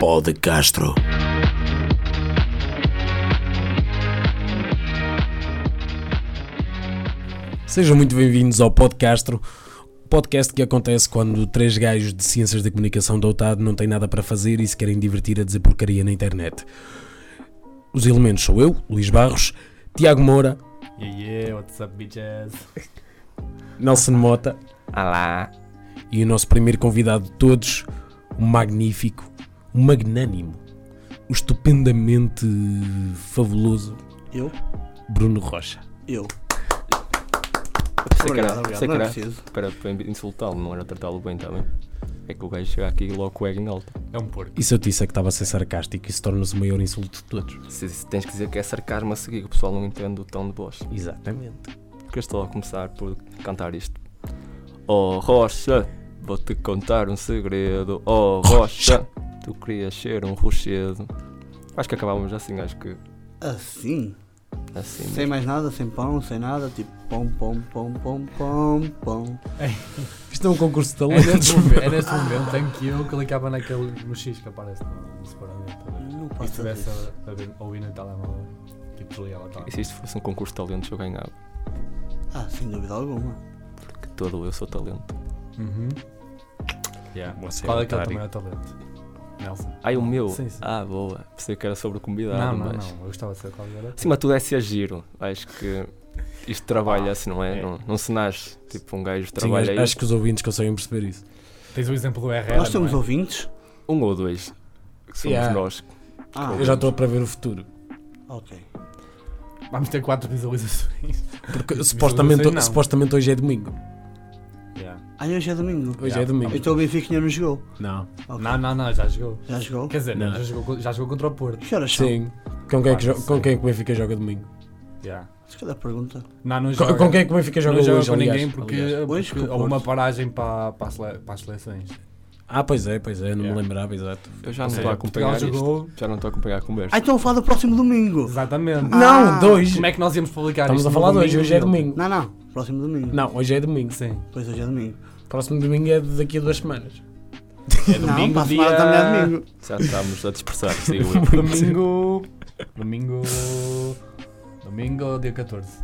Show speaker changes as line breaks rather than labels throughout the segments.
Ó de Castro.
Sejam muito bem-vindos ao Podcastro, podcast que acontece quando três gajos de ciências da comunicação da UTAD não têm nada para fazer e se querem divertir a dizer porcaria na internet. Os elementos sou eu, Luís Barros, Tiago Moura,
Yeah, yeah, what's up, bitches?
Nelson Mota
Olá.
e o nosso primeiro convidado de todos, o magnífico, o magnânimo, o estupendamente fabuloso
Eu?
Bruno Rocha.
Eu.
Sei que era,
Obrigado, obrigado.
sei que
Não é
era
preciso.
para, para insultá-lo, não era tratá-lo bem também. É que o gajo chega aqui e logo o ego em alta. É um porco.
E se eu te disser que estava a ser sarcástico, isso torna-se o maior insulto de todos.
Se, se tens que dizer que é sarcasmo a seguir, que o pessoal não entende o tom de voz.
Exatamente.
Porque eu estou a começar por cantar isto. Oh Rocha, vou-te contar um segredo. Oh Rocha, tu querias ser um rochedo. Acho que acabávamos assim, acho que
Assim?
assim.
Sem mais nada, sem pão, sem nada, tipo pom pom pom pom pom pom.
Isto é um concurso de
É
talentos.
neste, momento, é neste momento em que eu clicava naquele no X que aparece no, no separador. tá a ver?
Não
é
E
passa
estivesse
disso.
a, a ver- a ouvir no telemóvel, tipo desligava o
E
telemóvel.
se isto fosse um concurso de talentos, eu ganhava.
Ah, sem dúvida alguma.
Que todo eu sou talento.
Uhum.
Você
Qual é que é o teu
otário.
maior talento? Nelson.
Ai, o meu?
Sim, sim.
Ah, boa. Pensei que era sobre convidado,
Não, não,
mas.
não. Eu gostava de ser qual era.
Acima de tudo é ser giro. Acho que isto trabalha-se, não é? Não, não se nasce. Tipo, um gajo
Sim,
trabalha
acho,
isto.
acho que os ouvintes conseguem perceber isso.
Tens o exemplo do RR.
Nós temos ouvintes?
Um ou dois. Que somos
Yeah.
nós.
Ah,
Eu já estou a prever o futuro.
ok.
Vamos ter 4 visualizações.
Porque
Isso
supostamente,
eu sei, não.
supostamente hoje é domingo.
Ah, hoje é domingo.
Hoje
Já.
é domingo.
Então o Benfica ainda não jogou.
Não.
Ok.
Não, não, não. Já jogou.
Já jogou?
Quer dizer,
Não.
já jogou, co- já jogou contra o Porto.
Que horas são?
Sim. Com quem, é que jo-
Claro,
com
sim.
quem é que o Benfica joga domingo?
Yeah.
Se calhar pergunta.
Não, não
Com,
joga.
com quem é que o Benfica joga
não
hoje,
joga com
aliás?
ninguém porque,
Aliás.
Hoje com
porque
o
houve uma
Porto.
paragem para, para, a sele- para as seleções.
Ah, pois é, pois é, não me
Yeah.
lembrava, exato.
Eu já não
Ou
estou
seja,
a
Portugal
acompanhar isto.
jogou.
Já não estou a acompanhar a conversa.
Ah, então fala do próximo domingo.
Exatamente.
Não, dois!
Ah, Como é que nós íamos publicar
Estamos
isto?
a falar de
no
hoje, hoje é
ontem?
domingo.
Não, não. Próximo domingo.
Não, hoje é domingo.
Sim.
Pois hoje é domingo.
Próximo domingo é daqui a duas semanas.
não,
É
domingo,
para a semana
dia-
também é domingo.
Já estamos a dispersar. sigo.
Domingo. Domingo. Domingo, dia 14.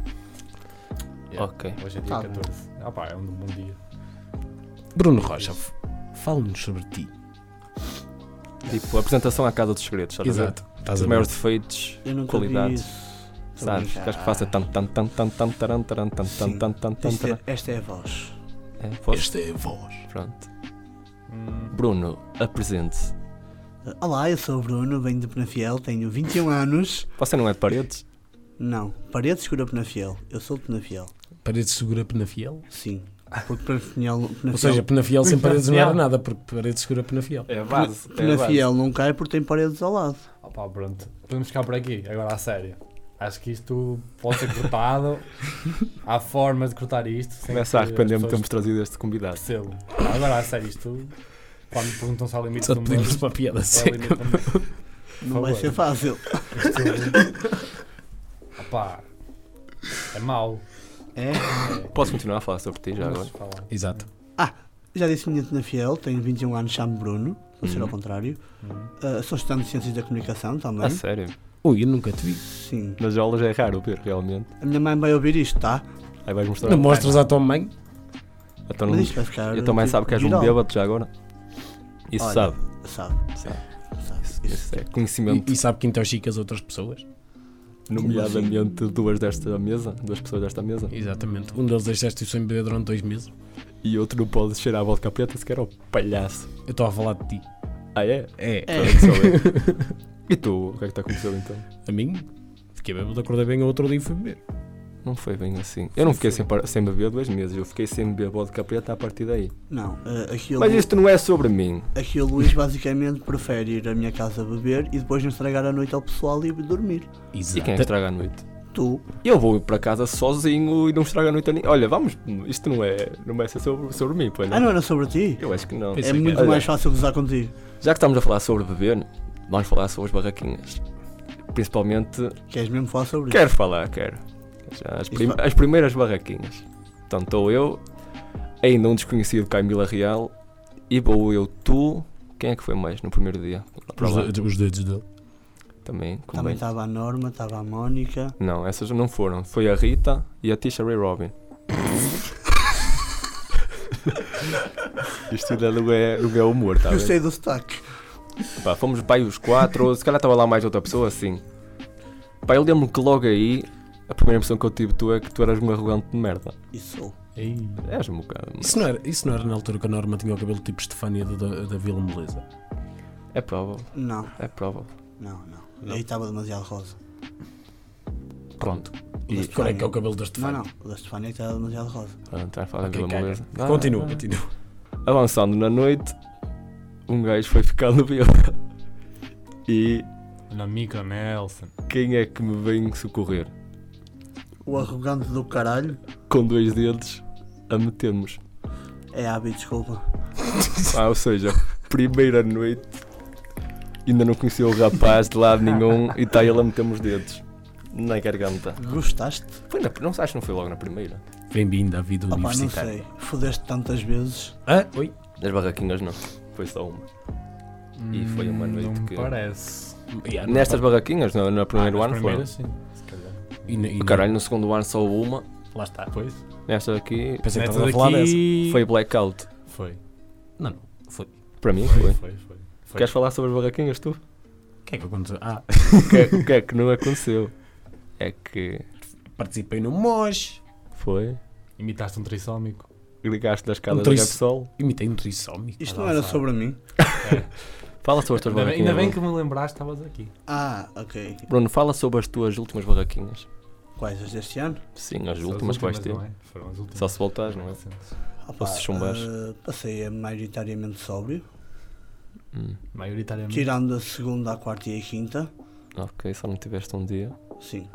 Yeah.
ok.
Hoje é dia
Tá bom.
14. Ah pá, é um bom dia.
Bruno Rocha, f- fala-nos sobre ti.
Tipo, apresentação à casa dos segredos. Estás a ver?
Estás
Os
a ver?
maiores defeitos,
Eu nunca vi
qualidades.
isso. Tô
Sabes?
brincar.
Queres que faça tan tan tan tan tan taran taran tan tan
Sim.
tan tan
Tens
tan
de
taran.
ter- Esta é a voz.
É, posso?
Esta é a voz.
Pronto.
Hum,
Bruno, apresente-se.
Olá, eu sou o Bruno, venho de Penafiel, tenho 21 anos.
Você não é de paredes?
Não, parede escura Penafiel. Eu sou de Penafiel.
Paredes segura Penafiel?
Sim. Porque Penafiel, Penafiel,
Ou seja, Penafiel sem paredes não era
Penafiel.
nada, porque paredes segura Penafiel.
É a
Penafiel não cai porque tem paredes ao lado.
ah pá, pronto. Podemos ficar por aqui, agora a sério. Acho que isto pode ser cortado. Há formas de cortar isto. sem
Começo a
que
arrepender-me de
as
termos
pessoas
trazido este convidado.
percebam. Não, Agora a sério, isto. Quando perguntam-se ao limite
Só
do
te
mundo.
pedimos uma piada
É o
séria.
limite do mundo.
Não vai
favor.
ser fácil.
Isto. Ah pá. É mau.
É?
Posso continuar a falar sobre ti já agora?
Vamos falar.
Exato.
Ah, Já disse minha de Penafiel, tenho 21 anos, chamo Bruno, para ser
Uhum. Ah,
ao contrário.
Hum.
Ah, sou estudante de Ciências da Comunicação também.
A sério?
Ui, eu nunca te vi.
Sim.
Nas aulas é raro ver, realmente.
A minha mãe vai ouvir isto, tá?
Aí vais mostrar.
Não mostras à tua mãe?
Então não-
Mas isto vai ficar.
Eu também
tipo,
sabe que és um
viral.
bêbado já agora. Isso
Olha,
sabe.
Sabe,
Sabe.
sabe.
Isso,
Isso.
isso é
E,
conhecimento,
e sabe quem te chica as outras pessoas?
nomeadamente duas desta mesa, duas pessoas desta mesa,
Exatamente. Um deles deixaste isso em beber durante dois meses.
e outro não pode cheirar a vodka preta sequer ao palhaço.
Eu estou a falar de ti.
Ah é?
É.
Pronto, sou eu. E tu, o que é que te aconteceu então?
A mim? Fiquei bêbado, acordei bem, ao outro dia fui beber.
Não foi bem assim. Eu não fiquei sem, par- sem beber dois meses, eu fiquei sem beber vodka preta a partir daí.
Não, ah, aqui o
Mas
Lu-
isto não é sobre mim.
aqui o Luís basicamente prefere ir à minha casa beber e depois não estragar a noite ao pessoal e dormir.
E quem é que
Exato.
estraga a noite?
Tu,
Eu vou para casa sozinho e não estrago a noite a ninguém. Olha, vamos, isto não é, não vai ser sobre, sobre mim, pois não?
Ah, não era sobre ti?
Eu acho que não.
Pensei
É
que
muito
era.
mais fácil gozar contigo.
Já que estamos a falar sobre beber, vamos falar sobre as barraquinhas. Principalmente,
Queres mesmo falar sobre isso?
quero falar, quero. Já as, prim-
Isso-
as primeiras barraquinhas. Então estou eu, ainda um desconhecido Camila Real, e vou eu, tu, Quem é que foi mais no primeiro dia? Para
Os,
lá.
de- os dedos dele.
Também, como
Também
bem.
estava a Norma, estava a Mónica.
Não, essas não foram. Foi a Rita e a Tisha Ray Robin. Isto ainda não é, não é humor, tá? a ver?
Gostei do sotaque.
Pá, fomos para aí os quatro, ou se calhar estava lá mais outra pessoa, assim. Pá, eu lembro-me que logo aí, a primeira impressão que eu tive de tu é que tu eras um arrogante de merda.
E sou.
Ei,
És um bocado. mas-
Isso não, era, isso não era na altura que a Norma tinha o cabelo tipo Estefânia da- da, da Vila Moleza.
É provável,
Não,
é provável.
não, não. Aí estava demasiado rosa.
Pronto.
O da
E qual é que é o
Stefania-
cabelo da
Não,
Estefânia?
não. O da Stefania estava demasiado rosa.
Estás a falar
Ok,
da Vila
caga.
Moleza. Ah,
Continua,
ah.
continua.
Avançando na noite, um gajo foi ficando bêbado. E
na Mica Nelson.
quem é que me vem socorrer?
O arrogante do caralho
Com dois dedos, a metemos.
é a Abby, desculpa.
Ah, ou seja, primeira noite, ainda não conhecia o rapaz de lado nenhum e está ele a meter os dedos na garganta.
Gostaste?
Foi na, não acho que não foi logo na primeira?
Bem-vindo à vida
Ah. Opa, não
universitária.
sei. Fodeste tantas vezes.
Ah, oi.
Nas barraquinhas não, foi só uma. E foi uma
Hum,
noite
não me
que-
parece.
Yeah, Ah, não-
Nestas barraquinhas, no, no primeiro
Ah,
ano
nas
foi. Ah,
primeiras, sim. Se calhar.
E, na- e na-
Caralho, no segundo ano só uma.
Lá está.
Pois.
Nesta aqui
Pensei que
Nessa
estava a falar dessa.
daqui-
foi blackout.
Foi.
Não, não. Foi.
Para mim
Foi,
foi.
foi, foi. Foi.
Queres falar sobre as barraquinhas tu?
O que é que aconteceu? Ah,
O que, é, o que é que não aconteceu? É que
participei no MOS.
foi.
Imitaste um trissómico.
Ligaste da escada
Um
da
trice-
Repsol.
Imitei um trissómico.
Isto
Ah,
não era
sabe.
sobre mim.
Fala sobre as tuas
Ainda bem, ainda
barraquinhas.
bem
Bruno.
que me lembraste, estavas aqui.
Ah, ok.
Bruno, fala sobre as tuas últimas barraquinhas.
Quais as deste ano?
Sim, as
São
últimas que vais ter.
não é? Foram as últimas.
Só se voltares, não é?
Recentes.
Opa,
se chumbares.
eh, passei a maioritariamente sóbrio.
Hum,
Maioritariamente.
Tirando a segunda, a quarta e a quinta.
ok, só não tiveste um dia.
Sim.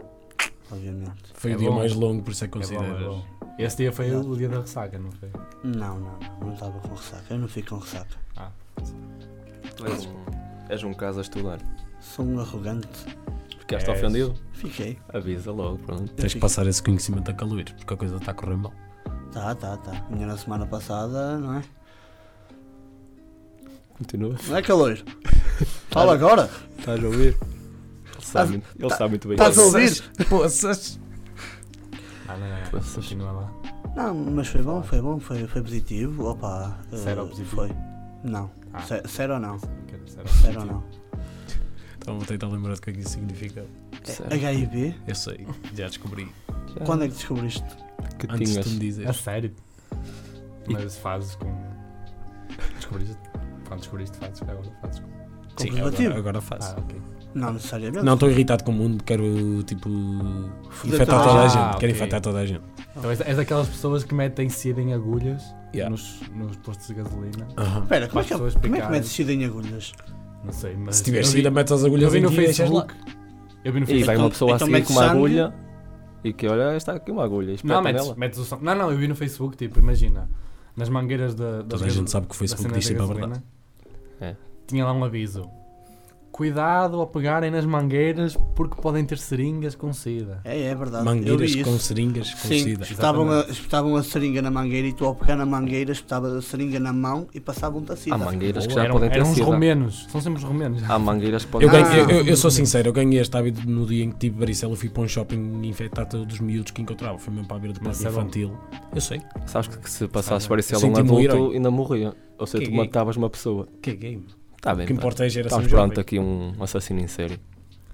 Obviamente.
Foi
É
o dia
bom.
mais longo, por isso é que
É bom, é
consideras.
bom. Esse dia foi o dia da ressaca, não foi?
Não, não, não. Não estava com ressaca. Eu não fico com ressaca.
Tu és um, és um caso a estudar.
Sou um arrogante.
Ficaste
És.
ofendido?
Fiquei.
Avisa logo, pronto.
Tens que passar esse conhecimento a caluir, porque a coisa está a correr mal.
Tá, tá, tá. Ainda na semana passada, não é?
Continua.
Não é calor? Fala agora!
Estás a ouvir? Ele sabe, muito- ele sabe muito bem.
Estás a ouvir?
Poças!
Ah, não, não, não.
Poças.
Continua lá.
Não, mas foi bom, foi bom, foi, foi positivo. Opa, eh,
Zero positivo.
Foi. Não.
Ah.
Se- Zero não.
Quero ser-
Zero não.
Estava a tentar lembrar do que é que isso significa.
É,
Sério?
HIV?
Eu sei, já descobri.
Já.
Quando é que descobriste?
é que
Antes de
tinhas?
tu me dizer.
A é sério. Mas fazes com. Descobriste. Quando descobriste, fazes. Agora fazes com.
Com
agora,
preservativo?
agora faço.
Ah, ok.
Não
Ah.
necessariamente.
Não estou irritado com o mundo, quero tipo.
Foder
infectar
toda a
toda a gente.
gente.
Quero
Ah, ok.
infectar toda a gente.
Então és, és daquelas pessoas que metem sida em agulhas
Yeah.
nos, nos postos de gasolina.
Aham.
Espera, como é que,
Para as pessoas
como é que
picarem.
metes sida em agulhas?
Não sei, mas.
Se tiver
eu vi-
sida, metes as agulhas
eu vi
em
no
ti e deixas lá.
Facebook. Eu vi no
E
Facebook.
vai uma
Então-
pessoa
então
assim
mete
com uma
sangue?
agulha e que olha, está aqui uma agulha, espeta
Não, metes,
nela.
metes o som. Não, não, eu vi no Facebook, tipo, imagina. Nas mangueiras da. das
Toda a
gaso-
gente sabe que o
da
Facebook
cena
diz
da
sempre a
gasolina,
verdade.
É.
Tinha lá um aviso. Cuidado ao pegarem nas mangueiras porque podem ter seringas com sida.
É, é verdade. eu vi
Mangueiras
isso.
com seringas com
Sim,
Ah.
sida.
espetavam a, espetavam a seringa na mangueira e tu ao pegar na mangueira espetava a seringa na mão e um passavam-te a
Ah,
sida.
Há mangueiras que
Ou
já
eram,
podem ter
eram um- uns
sida.
romenos. São sempre os romenos.
Há mangueiras que podem
Eu,
ter
Ah.
ganhei-
sida.
eu- eu- eu sou sincero, eu ganhei este hábito no dia em que tive varicela, fui para um shopping e infectar todos os miúdos que encontrava. Foi mesmo para a beira do
Mas
parque
é bom.
infantil. Eu sei,
Sabes que se passasses
Sabe,
varicela a
eu
um
senti-me um
adulto
herói.
ainda morria. Ou seja,
Que
tu
gay.
matavas uma pessoa.
caguei. é O
Está Tá bem,
que
pá.
importa é a geração
estamos
jovem.
perante aqui um assassino em série.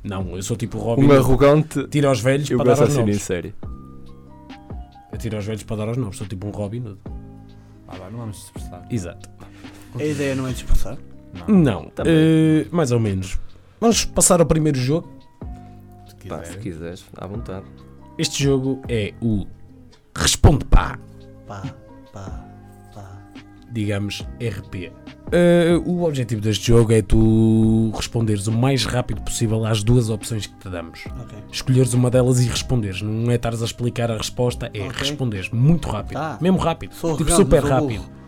Não, eu sou tipo o Robin.
Um arrogante
Tira aos velhos
e um
para dar aos
assim
assassino em
novos.
série.
Eu tiro aos velhos para dar aos novos. Sou tipo um Robin. Hood.
Ah, vá, não vamos dispersar.
Exato.
A ideia não é dispersar.
Não,
Não,
Também.
eh, mais ou menos. Vamos passar ao primeiro jogo.
se
Pá, se
quiser.
quiseres, à vontade.
Este jogo é o Responde Pá.
Pá, pá, pá.
digamos, RP. Uh, o objetivo deste jogo é tu responderes o mais rápido possível às duas opções que te damos.
Ok.
Escolheres uma delas e responderes. Não é estares a explicar a resposta, é
Ok.
responderes muito rápido.
Tá.
Mesmo rápido.
Sou
tipo
arrogante,
super
mas sou
rápido.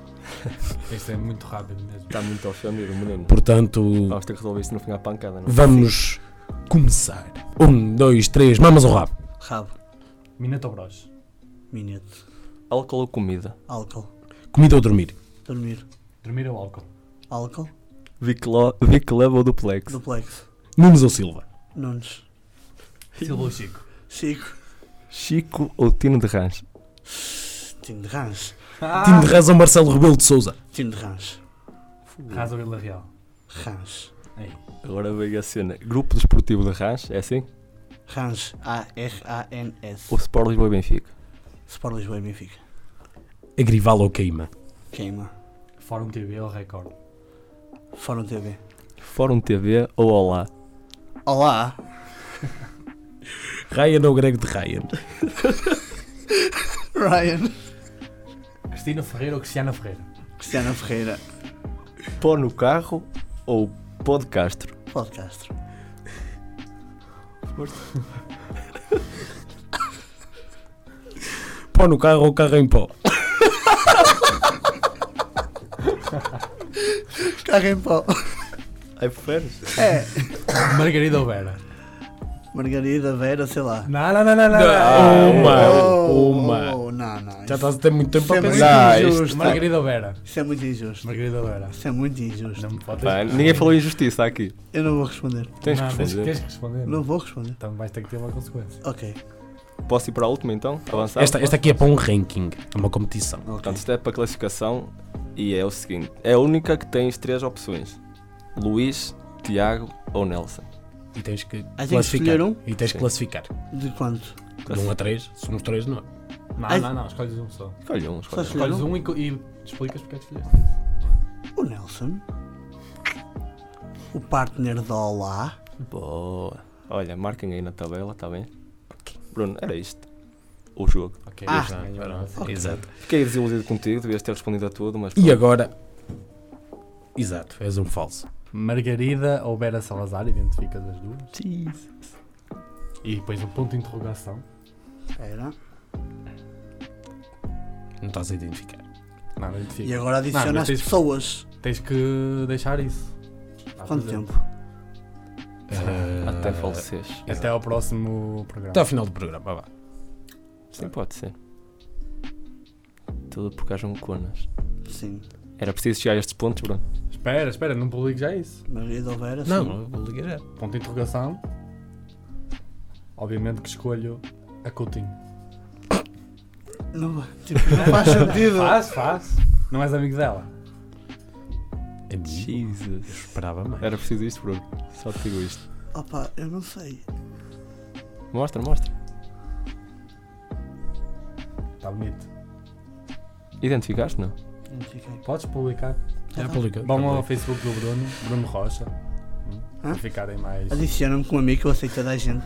Isto é muito rápido mesmo.
Está muito ofendido, menino.
Portanto,
Vamos ter que resolver isso no fim à pancada, não é?
vamos começar. Um, dois, três, mamas ao rabo.
Rabo,
Minotobros.
minuto,
Álcool ou comida?
álcool,
Comida ou dormir?
dormir,
Dormir ao álcool.
álcool,
Vic Lo- Vic Club ou Duplex?
Duplex.
Nunes ou Silva?
Nunes.
Silva ou Chico.
Chico.
Chico ou Tino de Rãs?
Tino de Rãs.
Time de razão Marcelo Rebelo de Souza.
Tino de Rãs.
Rasa Vila Real.
Rãs.
Agora veio a cena. Grupo Desportivo de Rãs, é assim?
Rãs. A-R-A-N-S.
Ou Sport Lisboa e Benfica?
Sport Lisboa e Benfica.
Agrival ou Queima?
Queima.
Fórum TV ou Record.
Fórum TV.
Fórum TV ou Olá?
Olá.
Ryan ou Greg de Ryan?
Ryan.
Cristina Ferreira ou Cristiana Ferreira.
Cristiana Ferreira.
Pó no carro ou Pó de Castro?
Podcast.
Pó no carro ou carro em pó?
Carro em pau.
Ai, preferes?
É.
Margarida ou Vera.
Margarida, Vera, sei lá.
Não, não, não, não. não,
Não.
não.
Uma,
Ah, Oh,
uma.
oh, não, não. é
Já estás a ter muito tempo para
Sim, mas-
pensar.
Não, isto-
Injusto. Margarida ou Vera.
Isso é muito injusto.
Margarida ou Vera.
Isso é muito injusto.
Não me podes.
ninguém falou injustiça aqui.
Eu não vou responder.
Tens
Não,
que
tens-
responder.
Tens que responder.
Não vou responder.
Então vais ter que ter uma consequência.
Ok.
Posso ir para a última então? Avançar?
Esta, esta aqui é para um ranking, é uma competição.
Ok.
Portanto, isto é para classificação e é o seguinte: é a única que tens três opções: Luís, Tiago ou Nelson.
E tens que
que
classificar.
escolher um?
E tens que
Sim.
classificar.
De quanto?
De 1 a 3, somos 3, não.
Não,
Ai.
não, não. Escolhes um só.
Escolhe um, escolhe
Só
um.
escolhe.
Escolhes
Não.
um e, co- e explicas porque é que escolheste.
O Nelson. O partner da Olá.
um. Boa. Olha, marquem aí na tabela, está bem? Bruno, era isto. O jogo.
Ok.
Ah,
isto ganhou, não.
é? Exato.
Fiquei desiludido contigo, devias ter respondido a tudo, mas.
E agora. Exato, és um falso.
Margarida ou Vera Salazar. Identificas as duas. E depois um ponto de interrogação.
Espera.
Não estás a identificar.
Não, não identifica.
E agora
Não,
adiciona
mas
as
tens-
pessoas.
Tens que deixar isso. Estás
Quanto
presente.
tempo?
Até
Ah,
faleces.
Até ao próximo programa.
Até ao final do programa, vá.
Sim, pode ser. Tudo por causa de um conas.
Sim.
Era preciso chegar a estes pontos, Bruno.
Espera, espera, não publico já isso.
Margarida ou Vera? sim.
Não, vou ligar já.
Ponto de interrogação. Obviamente que escolho a Coutinho.
Não, tipo, não faz sentido.
Faz, faz. Não és amigo dela.
É mim. Eu
Jesus.
esperava mais.
Era preciso isto, Bruno. Só te digo isto.
Opa, eu não sei.
Mostra, mostra.
Está Tá bonito.
Identificaste, não?
Não fiquei.
Podes publicar.
Já publicou.
Vão ao Facebook do Bruno, Bruno Rocha. Hum,
Hã?
Para ficarem mais
Adiciona-me com um amigo, eu aceito toda a gente.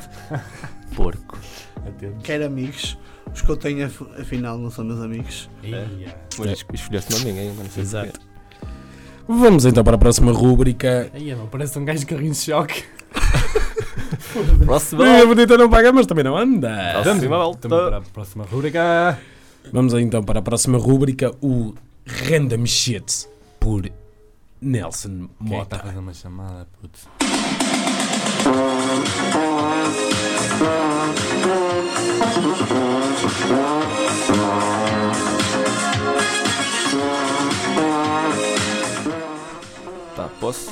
Porco.
atentos.
Quero amigos. Os que eu tenho, af- afinal, não são meus amigos.
Ia.
Mas es- escolheste uma minha ainda, não sei
Exato.
porquê.
Vamos então para a próxima rúbrica.
Ia, não, parece um gajo carrinho de choque.
Próxima
A bonita não paga, mas também não anda.
Próxima
Estamos para
volta.
a próxima rubrica.
Vamos então para a próxima rúbrica, o Random Shit por Nelson
Quem é que está
Mota.
a fazer uma chamada, putz?
Tá, posso?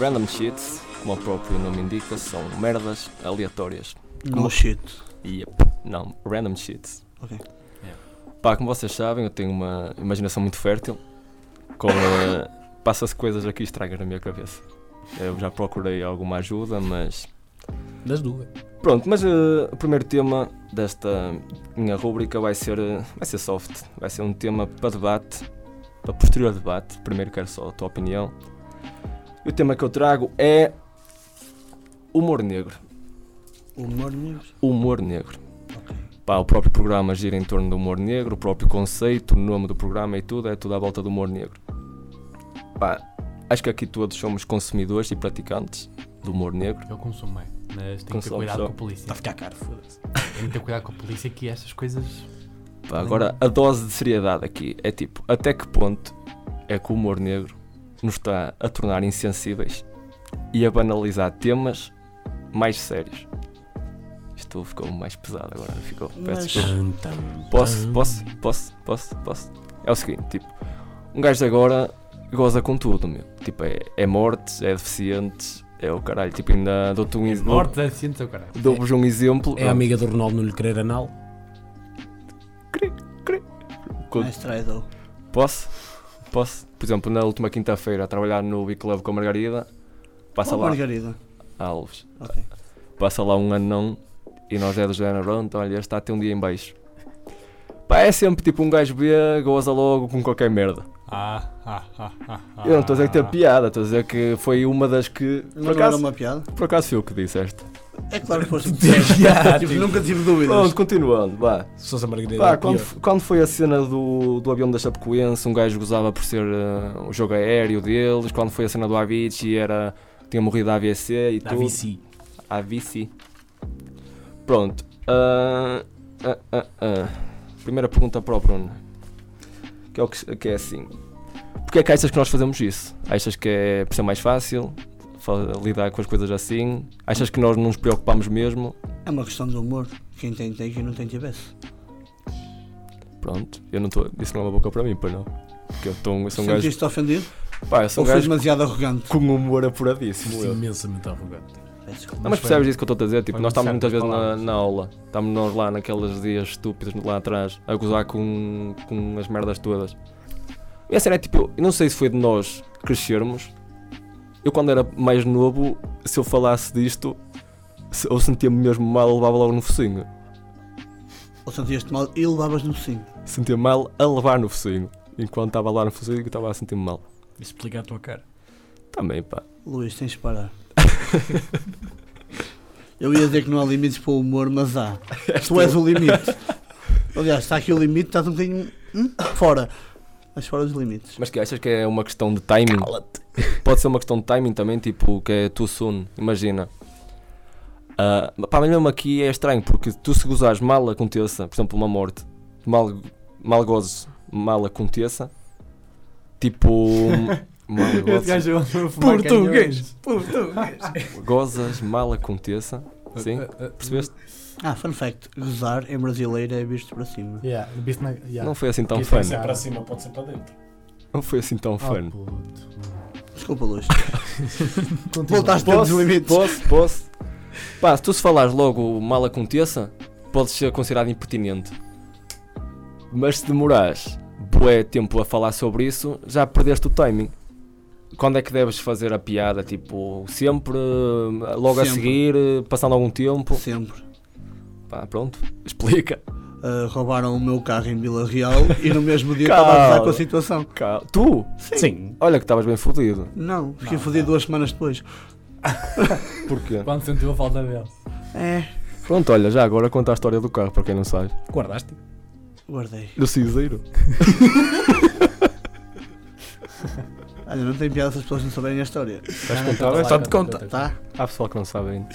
Random shits, como o próprio nome indica, são merdas aleatórias.
No shit.
Yep. Não, random shits.
Ok.
Yeah.
Pá, como vocês sabem, eu tenho uma imaginação muito fértil. Com, eh, Passa-se coisas aqui estranhas na minha cabeça. Eu já procurei alguma ajuda, mas.
Das duas.
Pronto, mas eh, o primeiro tema desta minha rúbrica vai ser, eh, vai ser soft. Vai ser um tema para debate, para posterior debate. Primeiro quero só a tua opinião. E o tema que eu trago é. Humor negro.
Humor negro.
Humor negro.
Ok.
Pá, o próprio programa gira em torno do humor negro, o próprio conceito, o nome do programa e tudo, é tudo à volta do humor negro. Pá, acho que aqui todos somos consumidores e praticantes do humor negro.
Eu consumo bem, mas tenho que ter
Consome
cuidado
só.
com a polícia.
Está Tá a ficar caro, foda-se.
Tenho que ter cuidado com a polícia que estas coisas.
Pá, agora, a dose de seriedade aqui é tipo, até que ponto é que o humor negro nos está a tornar insensíveis e a banalizar temas mais sérios? Isto ficou mais pesado agora, não ficou? Peço
Mas-
desculpa. Posso, posso, posso, posso, posso. É o seguinte, tipo, um gajo agora goza com tudo, meu. Tipo, é, é mortes, é deficientes, é o caralho. Tipo, ainda dou-te um
É
exemplo.
morte, é deficiente, seu caralho.
Dou-vos um exemplo.
É a amiga do Ronaldo não lhe querer anal.
Co-
Mais traidor.
Posso? Posso? Por exemplo, na última quinta-feira, a trabalhar no Big Club com a Margarida, passa
Qual
lá.
Oh, Margarida.
Alves.
Ok.
passa lá um anão e nós é do género, pronto, olha, este está a ter um dia em baixo. Pá, é sempre tipo um gajo B, goza logo com qualquer merda.
Ah, ah, ah, ah, ah.
Eu não estou a dizer que teve piada, estou a dizer que foi uma das que.
Mas
Por
não era
acaso,
uma piada?
por acaso foi o que disseste.
É claro que foste
Yeah,
Tipo,
tipo-
Nunca tive dúvidas.
Pronto, continuando, vá.
Se fosse a Margarida.
Pá,
era
quando,
pior.
f- quando foi a cena do, do avião da Chapecoense, um gajo gozava por ser eh, o jogo aéreo deles. Quando foi a cena do Avicii, era, tinha morrido da AVC e
Da
tudo.
VC.
A VC. Pronto. Ah, ah, ah, ah. Primeira pergunta para o Bruno. Que é, o que, que é assim. Porquê é que achas que nós fazemos isso? Achas que é por ser mais fácil fa- lidar com as coisas assim? Achas que nós não nos preocupamos mesmo?
É uma questão de humor. Quem tem, tem. Quem não tem, tivesse.
Pronto, eu não estou. Isso não é uma boca para mim, pois não. Porque eu, tô, um- eu sou um gajo.
Sentiste-te ofendido?
Pá, eu
Ou
sou um
foi
gajo
demasiado arrogante?
com humor apuradíssimo.
Foste
eu.
imensamente arrogante.
Peço desculpa.
Não,
Mas
mas
foi-
percebes isso que eu estou a dizer? Tipo,
foi
nós estamos
muito
muitas
certo
vezes na,
palavras.
na aula, estamos nós lá naqueles dias estúpidos lá atrás, a gozar com, com as merdas todas. E a cena é tipo, eu não sei se foi de nós crescermos. Eu, quando era mais novo, se eu falasse disto, se- eu sentia-me mesmo mal, levava logo no focinho.
Ou sentias-te mal e levavas no focinho.
Sentia-me mal a levar no focinho. Enquanto estava lá no focinho, eu estava a sentir-me mal.
Isso explica a tua cara.
Também, pá.
Luís, tens de parar. Eu ia dizer que não há limites para o humor, mas há. Tu és o limite. Aliás, está aqui o limite, estás um bocadinho hum, fora. Mas fora dos limites.
Mas que achas que é uma questão de timing? Pode ser uma questão de timing também, tipo, que é too soon, imagina. Ah, pá, mas mesmo aqui é estranho, porque tu se gozares mal aconteça, por exemplo, uma morte, mal, mal gozes, mal aconteça, tipo... mal
Esse
gozes,
gajo é um fumar
Português.
canhões.
gozas, mal aconteça, sim,
Ah, ah,
percebeste?
Ah, fun fact: gozar em brasileiro é visto para cima.
uh, Yeah, visto na- yeah.
Não foi assim tão
Isso é
fun,
certo.
para cima, pode ser para dentro.
não foi assim tão
Ah,
fun.
puto.
Desculpa, Luís.
Continua.
Voltaste dentro dos
Posso,
limites.
posso, posso. Pá, se tu se falares logo mal aconteça, podes ser considerado impertinente. Mas se demorares bué tempo a falar sobre isso, já perdeste o timing. Quando é que deves fazer a piada? Tipo, sempre, eh, logo a
Sempre.
seguir, eh, passando algum tempo.
Sempre.
Pá, pronto, explica.
Ah, roubaram o meu carro em Vila Real e no mesmo dia
Calma.
estava a gozar com a situação.
Cá- Tu,
Sim.
olha que estavas bem fodido.
Não, fiquei
Não,
fodido
não.
duas semanas depois.
Porquê?
Quando sentiu a falta dele.
É,
Pronto, olha, já agora conta a história do carro, para quem não sabe.
Guardaste?
guardei.
Do cinzeiro.
Olha, não tem piada se as pessoas não souberem a história.
Vais
Não, não,
contar?
tá
Vais-
lá,
Só te
conta,
conta.
Tá?
Há pessoal que não sabe ainda.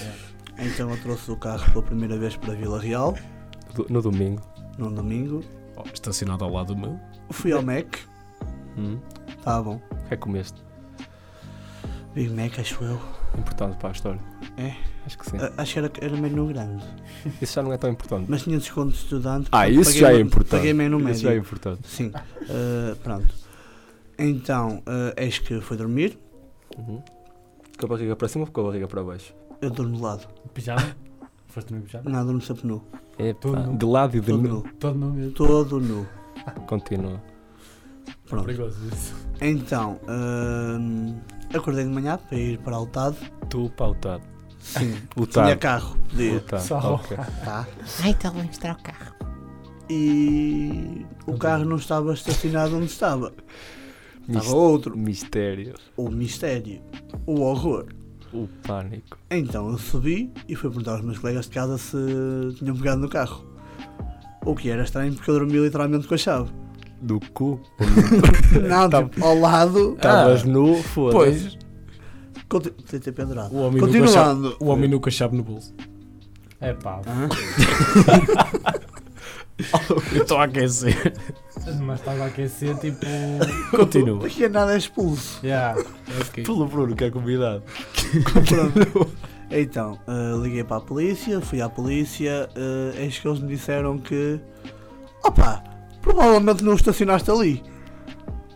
Então eu trouxe o carro pela priira vez para Vila Real,
Do- No domingo.
num domingo.
Oh, estacionado ao lado do meu.
Fui ao Mac,
Hum.
tá bom.
É comeste.
Big Mac, acho eu.
Importante para a história.
É?
Acho que sim.
A- Acho que era, era menu grande.
Isso já não é tão importante.
Mas tinha desconto de estudante.
Ah,
portanto,
isso
paguei
já é
menu-
importante.
Paguei menu médio.
Isso já é importante.
Sim. Ah, pronto. Então, ah, eis que fui dormir.
Uhum. Com a barriga para cima ou com a barriga para baixo?
Eu durmo de lado.
Pijama? Foste dormir pijama?
Não, durmo sempre nu.
É,
Todo nu.
de lado e de
Todo
nu.
nu.
Todo no mesmo.
Todo nu.
Continua.
Pronto.
Perigoso isso.
Então, ah, acordei de manhã para ir para Altado.
Tu pautado.
Sim. Tinha
Lutado.
carro. Podia.
Lutado.
Só.
Ok.
Tá.
Ai, então vou mostrar o carro.
e o carro não estava estacionado onde estava. Estava
Mis-
outro.
Mistério.
O mistério. O horror.
O pânico.
Então eu subi e fui perguntar aos meus colegas de casa se tinham pegado no carro. O que era estranho porque eu dormi literalmente com a chave.
Do cu. Ah.
Não,
Tá.
tipo, ao lado.
Estavas nu, foda-se.
Pois.
Conti- Podia ter pendurado.
O homem nunca sabe.
Continuando.
O homem nunca chave no bolso.
É pá.
Hã?
Eu estou a aquecer.
Mas estava a aquecer tipo.
Continua.
Daqui a nada é expulso.
Yeah.
Pelo Bruno que é convidado.
Pronto. Então, eh, liguei para a polícia, fui à polícia, eh, eis que eles me disseram que. Opa, provavelmente não estacionaste ali.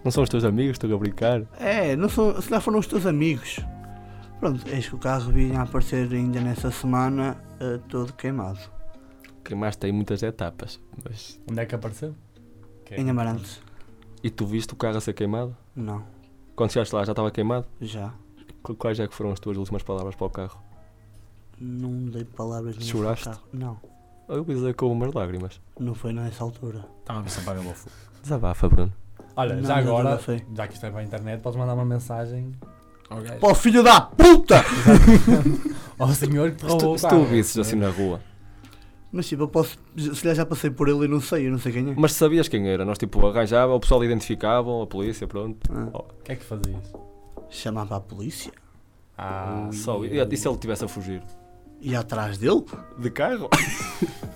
Não são os teus amigos, estou a brincar.
É, não são, se lá foram os teus amigos. Pronto, eis que o carro vinha a aparecer ainda nessa semana eh, todo queimado.
Queimaste tem muitas etapas. Mas...
Onde é que apareceu? Que é?
Em Amarante?
E tu viste o carro a ser queimado?
Não,
Quando chegaste lá já estava queimado?
já.
Qu- Quais é que foram as tuas últimas palavras para o carro?
Não dei palavras nenhumas ao
Choraste?
carro. Não,
Eu pisei com umas lágrimas.
não foi nessa altura.
Estava a ver se apaga o fogo.
Desabafa, Bruno.
Olha,
Não,
já
não,
agora,
não sei.
já que isto é para a internet, podes mandar uma mensagem
Pô, filho da puta!
ao senhor que te
Se
roubou
tu,
o
se tu
carro.
o visses assim na rua,
Mas tipo, eu posso. Se calhar já passei por ele e não sei, eu não sei quem é.
mas sabias quem era? Nós tipo arranjava, o pessoal identificava, a polícia, pronto.
Ah,
O que é que fazias?
chamava a polícia.
Ah,
Só, e, e se ele estivesse a fugir?
E atrás dele?
De carro?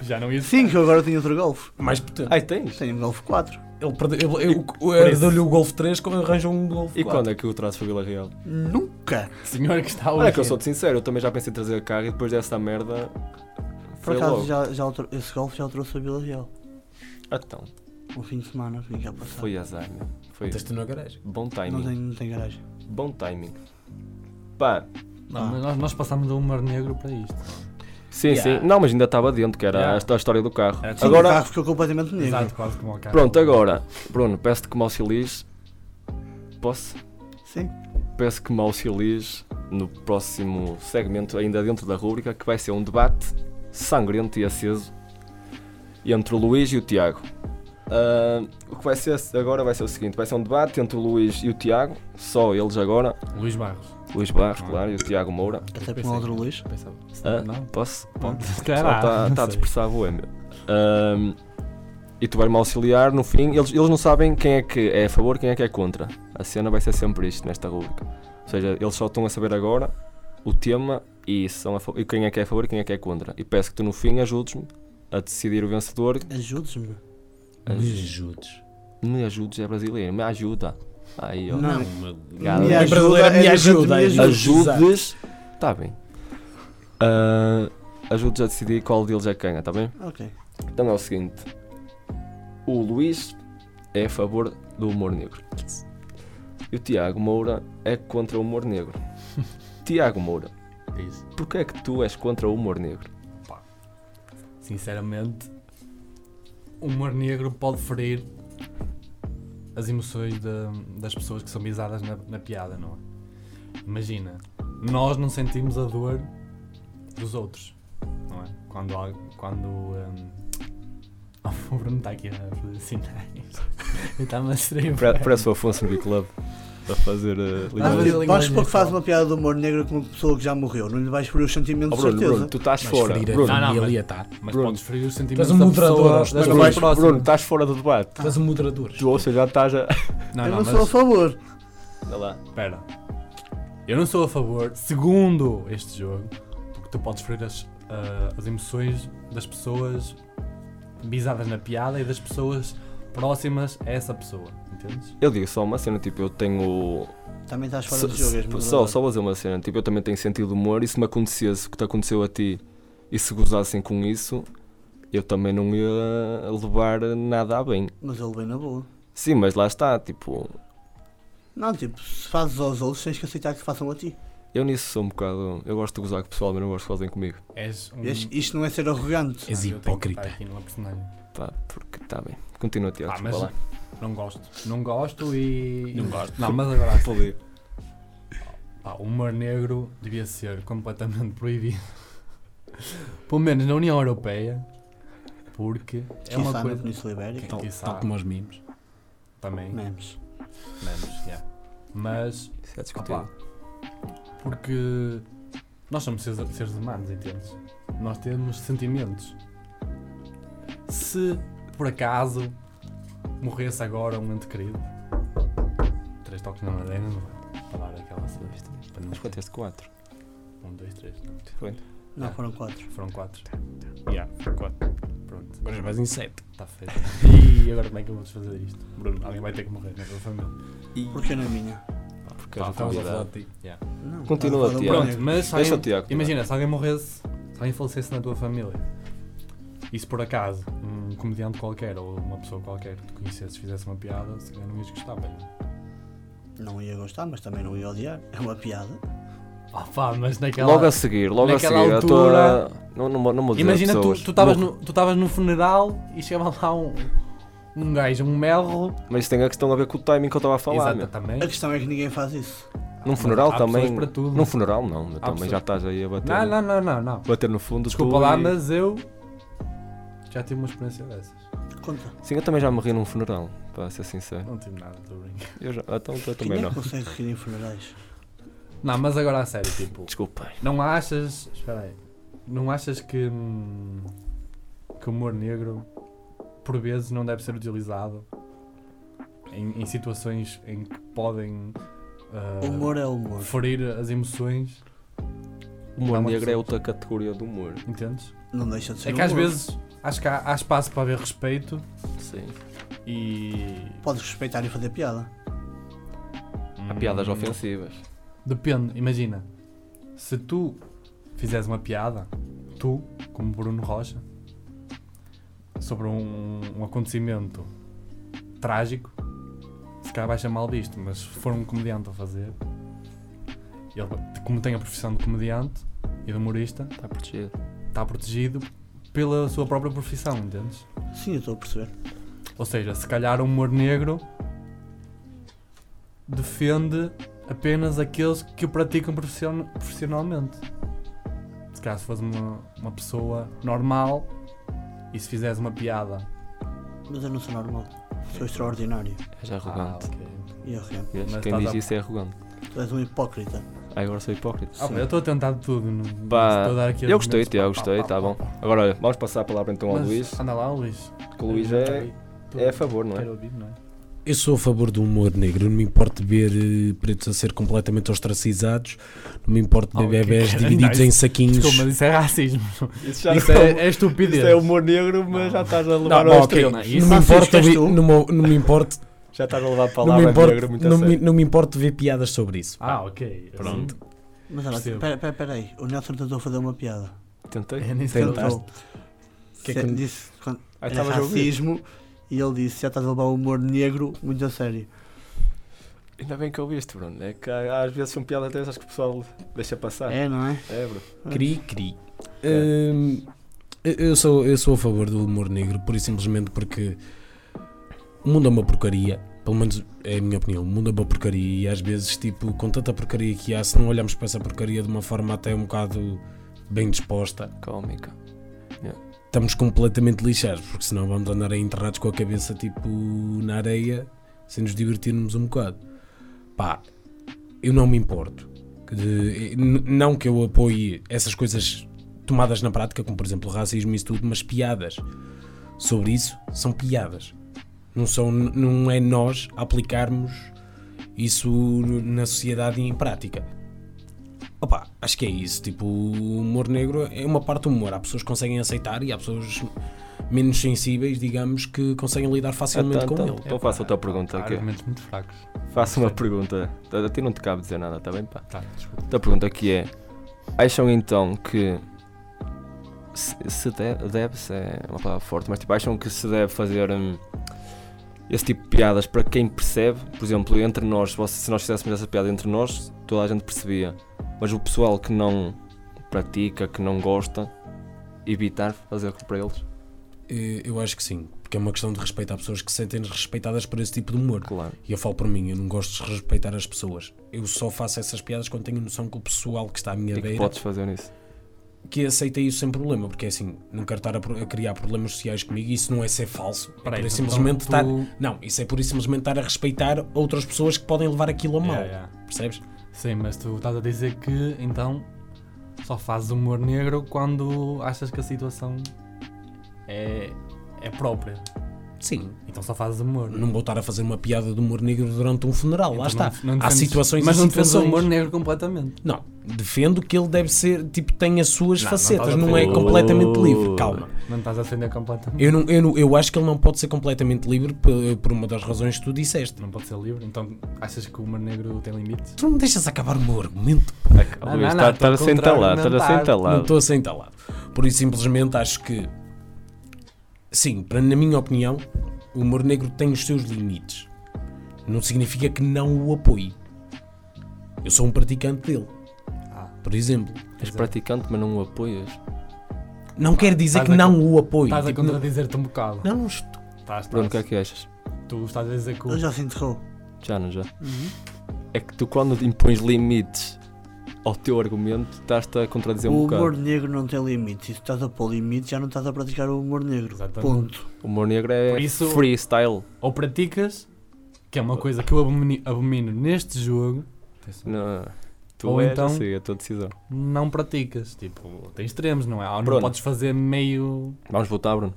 Já não ia
Sim, que eu agora tenho outro golfe.
Mais potente.
Ai, tens?
Tenho um golfe 4.
Ele perdeu. Ele, eu, eu,
Por isso.
dou-lhe o Golf 3 como arranja um Golf 4.
E quando é que o trazes para Vila Real?
Nunca!
Senhor que está a
Olha que eu
ouvir.
sou-te sincero, eu também já pensei em trazer carro e depois dessa merda.
Por
Foi
acaso,
logo.
já, já o trou- esse golfe já o trouxe a Vila Real.
Então,
Um fim de semana, vim cá passar.
foi azar, né? Foi
Meteste na garagem.
bom
Não
timing.
tem, não tem garagem.
Bom timing. Pá,
Não, mas nós, nós passámos do humor negro para isto.
sim,
Yeah.
sim. Não, mas ainda estava dentro, que era
Yeah.
esta a história do carro.
Era
Agora...
tudo
O
Agora,
carro ficou completamente negro.
Exato, quase como ao carro.
pronto, agora. Bruno, peço-te que me auxilies. Posso?
Sim.
Peço que me auxilies no próximo segmento, ainda dentro da rúbrica, que vai ser um debate sangrento e aceso entre o Luís e o Tiago. Ah, o que vai ser agora vai ser o seguinte: vai ser um debate entre o Luís e o Tiago, só eles agora,
Luís Barros.
Luís Barros, claro, e o Tiago Moura.
Até
pensei
com outro
que-
luz.
Pensava.
Ah,
Não?
Posso?
Pronto, se calhar.
Está
não
tá a
sei.
dispersar a boêmia. Ahm, e tu vais-me auxiliar no fim. Eles, eles não sabem quem é que é a favor, quem é que é contra. A cena vai ser sempre isto nesta rubrica. Ou seja, eles só estão a saber agora o tema e, se são a fa- e quem é que é a favor e quem é que é contra. E peço que tu no fim ajudes-me a decidir o vencedor.
Ajudes-me.
Me ajudes.
Me ajudes, é brasileiro, me ajuda. Aí, ó.
Não.
Uma...
Galo.
Em
Me ajuda,
brasileiro,
é
me
diferente
ajuda.
de me ajuda.
Exato.
Ajudes. Está bem. Ah, ajudes a decidir qual deles é que ganha, está bem?
Ok.
Então é o seguinte: o Luís é a favor do humor negro. E o Tiago Moura é contra o humor negro. Tiago Moura,
Isso.
porquê é que tu és contra o humor negro?
Sinceramente, o humor negro pode ferir as emoções da- das pessoas que são bizadas na, na piada, não é? Imagina, nós não sentimos a dor dos outros, não é? Quando. há- quando hum, Oh, o Bruno está aqui a fazer sinais. Ele está-me a distrair.
Pare- Parece o Afonso no Big Club a fazer uh,
Ah,
Mas,
mas
linguagem.
ele-
vais supor
linguagem
que faz
fala.
uma piada de humor negro com uma pessoa que já morreu. Não lhe vais ferir os
Oh,
sentimentos, de
Bruno,
certeza.
Bruno, tu estás
Mas
fora.
ferir a
Bruno,
Não, não,
família, tá.
Mas
Bruno,
podes ferir os
tu
sentimentos
és um
da pessoa,
moderador,
das
tu és um
pessoas
moderador.
próximas.
Bruno, estás fora do debate.
Tu és um moderador.
Tu, ou seja, já estás a.
Não,
eu
não,
não,
mas
sou a favor.
Olha lá.
Espera. Eu não sou a favor, segundo este jogo, porque tu podes ferir as, ah, as emoções das pessoas bizadas na piada e das pessoas próximas a essa pessoa. Entendes?
Eu digo só uma cena, tipo, eu tenho
Também estás fora
Se-
do jogo. és
se- Só,
moderador.
só vou dizer uma cena, tipo, eu também tenho sentido de humor e se me acontecesse o que te aconteceu a ti e se gozassem com isso, eu também não ia levar nada a bem.
Mas ele bem na boa.
Sim, mas lá está, tipo,
Não, tipo, se fazes aos outros, tens que aceitar que façam a ti.
eu nisso sou um bocado. Eu gosto de gozar com o pessoal, mas não gosto que gozem comigo.
És um.
Este- Isto não é ser arrogante.
És
Ah, eu tenho que
hipócrita.
estar aqui numa personagem.
Pá, porque está bem. Continua, Tiago,
Ah,
desculpa
mas
lá.
não gosto. Não gosto e.
Não gosto.
Não, mas agora. assim,
Poder.
pá, o humor negro devia ser completamente proibido. Pelo menos na União Europeia. Porque é
Quem
uma
sabe na
coisa.
Península
um
Ibérica.
Quem- quem
Tal
sabe
como aos mimos.
também.
Memes.
Menos, yeah. Mas,
Isso é
opá,
discutível.
Tipo, porque nós somos seres, seres humanos, entendes? Nós temos sentimentos. Se por acaso morresse agora um ente querido, três toques na madeira, não é? Para dar aquela cesta. Para não
Mas quanto é este 4?
Um, dois, três. Não.
Não,
Ah.
foram quatro.
Foram quatro.
Tá,
Yeah, foram quatro. Pronto,
Agora já vais em 7.
está feito. E agora como é que eu vou desfazer isto? Bruno, alguém vai ter que morrer é? na tua família.
Porque não é minha.
Porque
Pá,
és um
estamos a
convidado.
falar
de ti.
Não,
Continua,
estás a falar de humor
Tiago. tá.
tá, Pronto,
negro.
mas se
Deixa o
alguém-
Tiago.
Imagina, se alguém morresse, se alguém falecesse na tua família, E se por acaso um comediante qualquer ou uma pessoa qualquer que tu conhecesses fizesse uma piada, se calhar não ias gostar, velho.
Não ia gostar, mas também não ia odiar. É uma piada.
Ah, pá, mas naquela.
Logo a seguir, logo a seguir.
naquela
a tua-
altura-
Não, não, não vou dizer
Imagina, tu
pessoas.
tu estavas
Não-
no, tu estavas num funeral e chegava lá um, um gajo, um melro.
Mas isso tem a questão a ver com o timing que eu estava a falar, meu.
Exatamente.
A questão é que ninguém faz isso.
Num funeral
há
também.
pessoas para tudo.
Num funeral não, meu, também
pessoas-
já estás aí a bater.
Não, não, não, não, não.
Bater no fundo.
Desculpa
tu
lá,
e-
mas eu já tive uma experiência dessas.
Conta.
Sim, eu também já morri num funeral, para ser sincero.
Não tive nada, estou a brincar.
Eu já. Então eu
Quem
também
é
não.
que consegue rir em funerais?
Não, mas agora a sério, tipo,
Desculpem.
não achas. Espera aí. Não achas que. hum, que o humor negro por vezes não deve ser utilizado em, em situações em que podem. ah,
Humor é humor.
ferir as emoções,
O humor
Há uma
negro é
pessoa-
outra categoria do humor.
entendes?
Não deixa de ser
é que às
humor.
vezes acho que há, há espaço para haver respeito
Sim.
e.
Podes respeitar e fazer piada.
Há piadas
Hum,
ofensivas.
Depende, imagina. Se tu fizeres uma piada, tu, como Bruno Rocha, sobre um, um acontecimento trágico, se calhar vais ser mal visto, mas se for um comediante a fazer, ele, como tem a profissão de comediante e de humorista,
Está protegido.
está protegido pela sua própria profissão, entendes?
Sim, eu estou a perceber.
Ou seja, se calhar o humor negro defende apenas aqueles que o praticam profission- profissionalmente. Se calhar se fosse uma, uma pessoa normal e se fizesse uma piada.
Mas eu não sou normal. Sou extraordinário.
És É arrogante.
Ah, ok.
E arrogante.
Vês?
Mas
Quem
estás
diz
a-
isso é arrogante.
Tu és um hipócrita.
Ah, agora sou hipócrita.
Ah,
Sim.
mas eu estou a tentar de tudo. não-
Pá,
não estou a dar aqui
eu gostei,
argumentos, pá,
Tiago,
pá,
gostei,
pá,
tá
pá,
bom.
pá.
Agora, olha, vamos passar a palavra então ao
Mas
Luís.
Anda lá, Luís.
Que o Luís
Eu
é,
já tá
é a favor, não
Quero
é?
ouvir, não é?
Eu sou a favor do humor negro, não me importo de ver eh, pretos a ser completamente ostracizados, não me importo de
Oh,
ver
que
bebés
caralho,
divididos
não,
em
isso-
saquinhos.
Desculpa, mas isso é racismo.
Isso
Isso é, é estupidez.
humor negro,
mas já
estás a
levar ao
ok,
extremo.
é?
não,
não,
isso-
me
Racistas
importo de ver-
tu?
não me- não me importo
Já estás a levar a
não me,
palavra
importo,
negra muito a
não, me,
sério.
não me importo de ver piadas sobre isso.
Ah, ok.
Pronto.
Mas olha,
Percebo.
pera, pera, pera aí. O Nelson tentou fazer uma piada.
Tentei.
É, nem sei
Tentaste.
Tentou.
Que é que-
Se- Disse quando
É
Ah,
era
estavas a ouvir.
racismo e ele disse já estás a levar o humor negro muito a sério.
Ainda bem que ouviste, Bruno. É que há- às vezes são piadas dessas que o pessoal deixa passar.
É, não é?
É, Bruno.
Cri, cri. Hum, eu- eu, sou, eu sou a favor do humor negro, por e simplesmente porque o mundo é uma porcaria. Pelo menos é a minha opinião. O mundo é uma porcaria e às vezes, tipo, com tanta porcaria que há, se não olharmos para essa porcaria de uma forma até um bocado bem disposta,
Cómica.
estamos completamente lixados, porque senão vamos andar aí enterrados com a cabeça, tipo, na areia, sem nos divertirmos um bocado. Pá, eu não me importo. Que de- n- não que eu apoie essas coisas tomadas na prática, como por exemplo o racismo e isso tudo, mas piadas sobre isso são piadas. Não, são, não é nós aplicarmos isso na sociedade e em prática. Opa, acho que é isso. Tipo, o humor negro é uma parte do humor. Há pessoas que conseguem aceitar e há pessoas menos sensíveis, digamos, que conseguem lidar facilmente
Então,
com
então,
ele.
então faço outra pergunta
Há
aqui.
É Argumentos muito fracos.
Faço uma
Sim.
pergunta. A a ti não te cabe dizer nada, está bem, pá?
Tá, desculpa.
Outra pergunta aqui é: acham então que. Se, se de- deve-se, é uma palavra forte, mas tipo, acham que se deve fazer hum, esse tipo de piadas para quem percebe? Por exemplo, entre nós, se vocês- se nós fizéssemos essa piada entre nós, toda a gente percebia. Mas o pessoal que não pratica, que não gosta, evitar fazer para eles?
Eh, Eu acho que sim, porque é uma questão de respeito. Há pessoas que se sentem respeitadas por esse tipo de humor.
Claro.
E eu falo por mim, eu não gosto de respeitar as pessoas. Eu só faço essas piadas quando tenho noção que o pessoal que está à minha
E que
beira
podes fazer isso?
que aceita isso sem problema, porque é assim, não quero estar a, pro- a criar problemas sociais comigo e isso não é ser falso. É
Peraí,
pura e
então
simplesmente
tu-
estar. Não, isso é por simplesmente estar a respeitar outras pessoas que podem levar aquilo a mal.
Yeah, yeah.
Percebes?
Sim, mas tu estás a dizer que então só fazes humor negro quando achas que a situação é, é própria.
Sim.
Então só fazes humor.
Não vou estar a fazer uma piada de humor negro durante um funeral,
Então
lá está.
não- não
Há
defendes-
situações
Mas
e
não defendes o
situações.
humor negro completamente.
Não, defendo que ele deve ser, tipo, tem as suas
Não, não
facetas,
estás a
não, é
defender.
completamente livre. Calma.
Não estás a defender completamente.
Eu, não, eu, não- eu acho que ele não pode ser completamente livre por, por uma das razões que tu disseste.
Não pode ser livre. Então achas que o humor negro tem limites?
Tu não me deixas acabar o meu argumento.
Não,
Luís,
não,
tá-
não,
estás a
pelo
sentar lá,
contrário,
estás a
não
sentar
estás.
Não
lá.
estou a ser entalado. Por isso, simplesmente acho que Sim, para, na minha opinião, o humor negro tem os seus limites. Não significa que não o apoie. Eu sou um praticante dele,
Ah,
por exemplo.
És
Exato.
praticante, mas não o apoias.
Não quer dizer
Estás
que
a
não
con-
o apoie.
estás a
Tipo, não,
contradizer-te um bocado.
não, isto-
Estás,
Bruno, o que é
estás,
que achas?
tu estás a dizer que o-
Eu já se enterrou.
Já não já?
Uhum.
É que tu quando impões limites ao teu argumento, estás-te a contradizer
O
um
humor
bocado.
negro não tem limites. Se estás a pôr limites, já não estás a praticar o humor negro.
Exatamente.
Ponto.
O humor negro é
Por isso-
freestyle.
ou praticas, que é uma coisa que eu abomini- abomino neste jogo,
Não, tu
Ou
és
então-
assim, é a tua decisão.
não praticas. Tipo, tem extremos, não é? Ou não
Bruno.
podes fazer meio
Vamos votar, Bruno.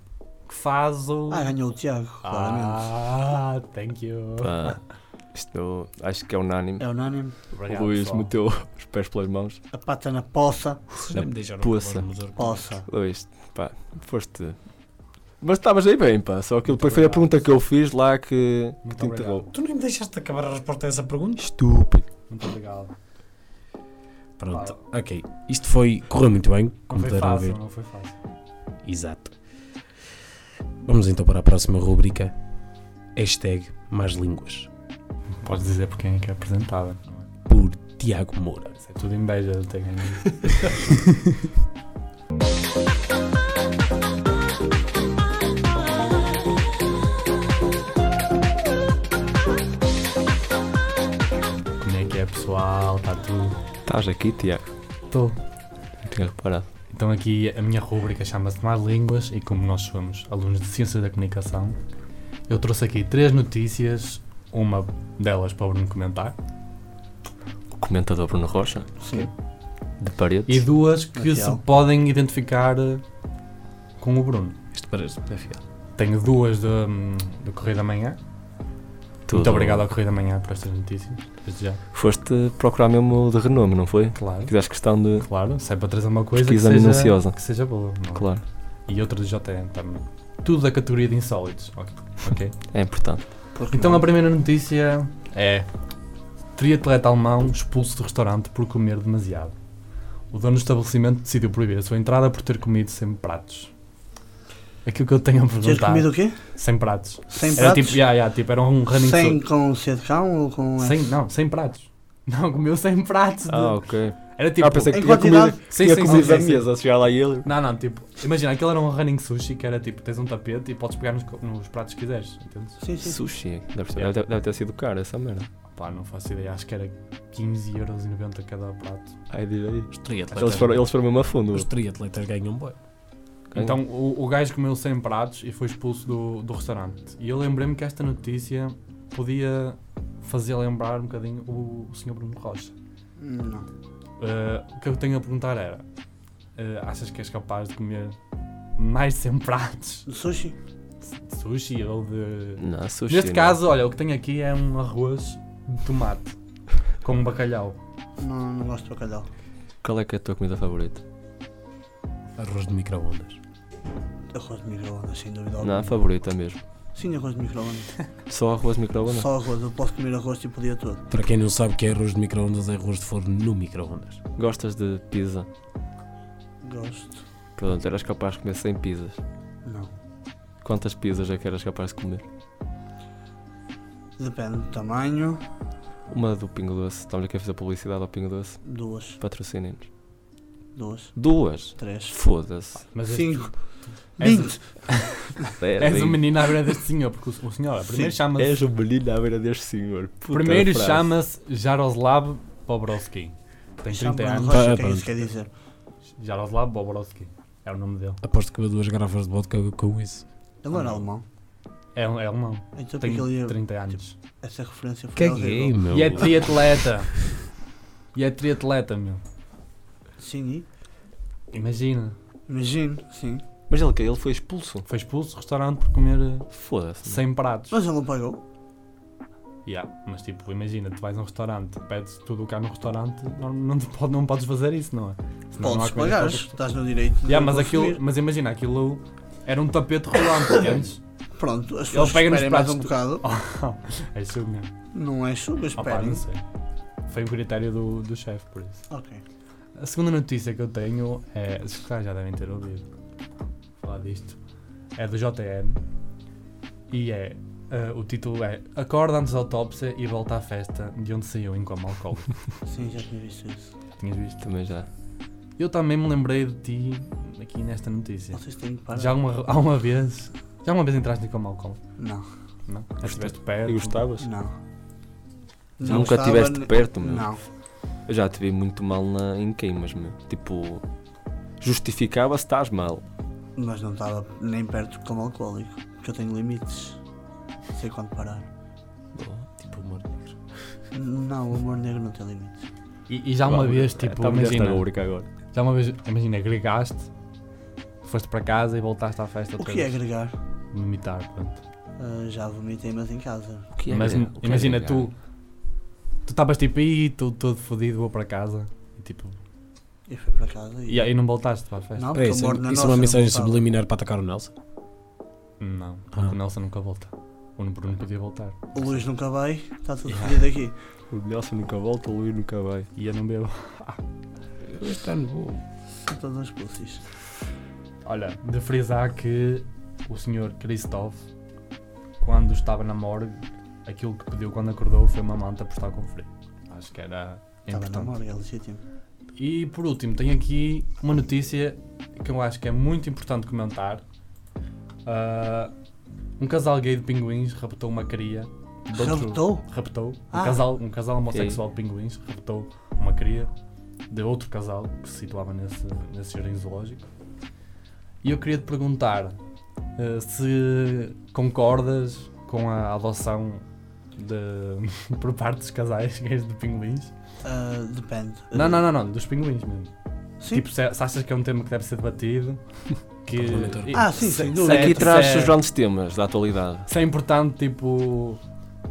que faz ou.
Ah, ganhou o Tiago, claramente.
Ah, thank you.
Pá, isto acho que é unânime.
É unânime.
O
Obrigado,
Luís
pessoal.
meteu os pés pelas mãos.
A pata na poça.
já me deixaram
Poça.
com os meus argumentos.
Poça.
Luís, pá, foste. Mas estavas aí bem, pá. Só aquilo
Muito
depois foi a
obrigado.
pergunta que eu fiz lá que, que
Muito
te
obrigado.
interrompo.
Tu nem me deixaste acabar a resposta a essa pergunta?
Estúpido.
Muito obrigado.
Pronto, ok. Isto foi. Correu muito bem,
Não
como
foi
deram a ver.
fácil, não foi fácil.
Exato. Vamos então para a próxima rubrica. Hashtag Mais Línguas.
Podes dizer por quem é que é apresentada. não é?
Por Tiago Moura.
Isso é tudo inveja de ter ganho. Como é que é, pessoal? Está tudo?
Estás aqui, Tiago.
Estou.
Não tinha reparado.
Então aqui a minha rúbrica chama-se Mais Línguas e como nós somos alunos de Ciências da Comunicação, eu trouxe aqui três notícias, uma delas para o Bruno comentar
O comentador Bruno Rocha,
Sim.
de parede.
e duas que
um.
Rafael.
se podem identificar eh, com o Bruno.
Isto parece.
Tenho duas de, hum, do Correio da Manhã. Muito obrigado ao Correio da Manhã por estas notícias. Desde já.
Foste procurar mesmo de renome, não foi?
Claro.
Fizeste questão de.
Claro, se é para trazer uma coisa que
Pesquisa minuciosa.
seja, que seja boa. não é?
Claro,
E outra do JN também. Tudo da categoria de insólitos. Ok. ok.
é importante.
Porque
Então
não?
a primeira notícia é triatleta alemão expulso do restaurante por comer demasiado. O dono do estabelecimento decidiu proibir a sua entrada por ter comido sem pratos. Aquilo que eu tenho a
Teres
perguntar.
comido o quê?
Sem pratos.
Sem
Era
pratos?
tipo, yeah, yeah, tipo, era um running
Sem é?
su-
com sede de cão ou com.
sem, não, sem pratos. Não, comeu sem pratos. de-
Oh.
Ah, ok.
Era tipo,
ah, pensei que
em
tinha
quantidade?
comido,
Sim,
tinha
sim,
comido
sim,
da
sim,
mesa, se chegar lá e ele.
Não, não, tipo, imagina, aquilo era um running sushi que era tipo, tens um tapete e podes pegar nos, co- nos pratos que quiseres, entendes?
Sim, sim.
Sushi, deve, ser-
Yeah.
deve- deve ter sido caro essa merda.
Pá, não faço ideia, acho que era 15,90€ cada prato.
Ai, diz aí.
Os
Eles
triatletas,
foram, eles foram mesmo a fundo.
os triatletas ganham bem.
Então o, o gajo comeu 100 pratos e foi expulso do, do restaurante. E eu lembrei-me que esta notícia podia fazer lembrar um bocadinho o, o senhor Bruno Rocha.
Não.
Eh, o que eu tenho a perguntar era: eh, achas que és capaz de comer mais de 100 pratos
De sushi?
de sushi ou de.
Não, sushi.
Neste
não.
caso, olha, o que tenho aqui é um arroz de tomate com um bacalhau.
Não, não gosto de bacalhau.
Qual é que é a tua comida favorita?
Arroz de microondas.
Arroz de micro-ondas, sem dúvida
Não, a
alguma.
favorita mesmo.
Sim, arroz de micro-ondas.
Só arroz micro-ondas?
Só arroz. Eu posso comer arroz tipo o dia todo.
Para quem não sabe o que é arroz de microondas, é arroz de forno no microondas.
Gostas de pizza?
Gosto.
Pronto, eras capaz de comer 100 pizzas.
Não.
Quantas pizzas é que eras capaz de comer?
Depende do tamanho.
Uma do Pingo Doce. Estamos aqui a fazer publicidade ao Pingo Doce.
Duas.
Patrocinem-nos.
Duas.
Duas?
Três.
Foda-se.
Mas este-
Cinco.
És-
Vinte.
Dez,
És
hein?
um menino à beira deste senhor, porque o, o senhor primeiro chama-se
És o menino à beira deste senhor. Puta
primeiro
frase.
chama-se Jaroslav Bobrovski. Tem 30
Chama-me
anos.
Rocha,
Ah,
o que é
pronto.
isso que quer dizer?
Jaroslav Bobrovski. É o nome dele.
Aposto que bebo duas garrafas de vodka com isso.
Ele era
Ah.
alemão.
É, é alemão.
Então
Tem
porque ele ia-
30 anos.
Tipo,
Essa referência foi
Caguei,
horrível.
meu. Tipo,
E é triatleta. E é triatleta, meu.
Sim, e?
Imagina.
imagino, sim.
Mas ele que Ele foi expulso?
Foi expulso do restaurante por comer eh,
Foda-se.
100 pratos.
Mas ele não pagou.
Yeah, mas tipo, imagina, tu vais a um restaurante, pedes tudo o que há no restaurante, não, não, te pode- não podes fazer isso, não é? Senão não há
Podes
coisas
pagar,
para tu-
estás no direito de
Yeah, mas,
consumir.
aquilo, mas imagina, aquilo era um tapete rolante, entendes?
Pronto, as pessoas
pega nos
esperem mais um
pratos
bocado.
é isso mesmo.
Não é chuva,
Opa,
esperem.
não sei. Foi o critério do, do chefe, por isso.
ok.
A segunda notícia que eu tenho é. Os caras já devem ter ouvido falar disto. é do JN e é. ah, o título é Acorda antes da autópsia e volta à festa de onde saiu em coma alcoólico.
Sim, já tinha visto isso.
Tinhas visto?
Também já.
Eu também me lembrei de ti aqui nesta notícia.
Vocês têm que parar.
Já um- uma, há uma vez. Já uma vez entraste em coma alcoólico?
Não,
Não? Já estiveste perto?
E gostavas?
não.
Já nunca estiveste
estava-
perto, meu.
Não.
Eu já te vi muito mal na- em queimas, meu. Tipo, justificava-se estás mal.
Mas não estava nem perto como alcoólico, porque eu tenho limites. Sei quando parar.
tipo, mano.
um Não, o amor negro não tem limites.
E, e já uma
é,
vez,
tá
tipo, imagina.
agora.
Já uma vez, imagina, gregaste, foste para casa e voltaste à festa
O
outra
que é
vez.
agregar?
Vomitar, pronto.
Ah, já vomitei, mas em casa.
O que é
Mas
que é? O que é
imagina,
que é?
tu. Tu estavas tipo aí, tu todo fodido, vou para casa. E tipo.
Eu fui para casa e.
E aí não voltaste para a festa?
Não,
Peraí,
porque eu
isso,
moro na
é- isso é
nossa,
uma
não
mensagem
voltava.
subliminar para atacar o Nelson?
Não, porque o Nelson nunca volta. O Bruno podia voltar.
O Luís nunca vai, está tudo fodido aqui.
O Nelson nunca volta, o Luís nunca vai.
E eu não bebo.
Está no bom.
Estão todos uns pussies.
É Olha, de frisar que o senhor Christoph, quando estava na morgue, aquilo que pediu quando acordou foi uma manta por estar com frio. Acho que era
Estava na
importante.
morgue, é legítimo.
E por último, tenho aqui uma notícia que eu acho que é muito importante comentar. Ah, um casal gay de pinguins raptou uma cria. de outro-
Raptou?
Raptou. Um,
Ah.
casal, um casal homossexual de pinguins raptou uma cria de outro casal que se situava nesse, nesse jardim zoológico. E eu queria te perguntar eh, se concordas com a adoção de, por parte dos casais gays de pinguins.
Ah, depende.
Não, não, não, não, dos pinguins mesmo.
Sim.
Tipo, se, se achas que é um tema que deve ser debatido, que
Parlamentar.
e-
ah, sim, sem
Certo,
dúvida.
Aqui traz
certo.
os grandes temas da atualidade.
é se é importante, tipo,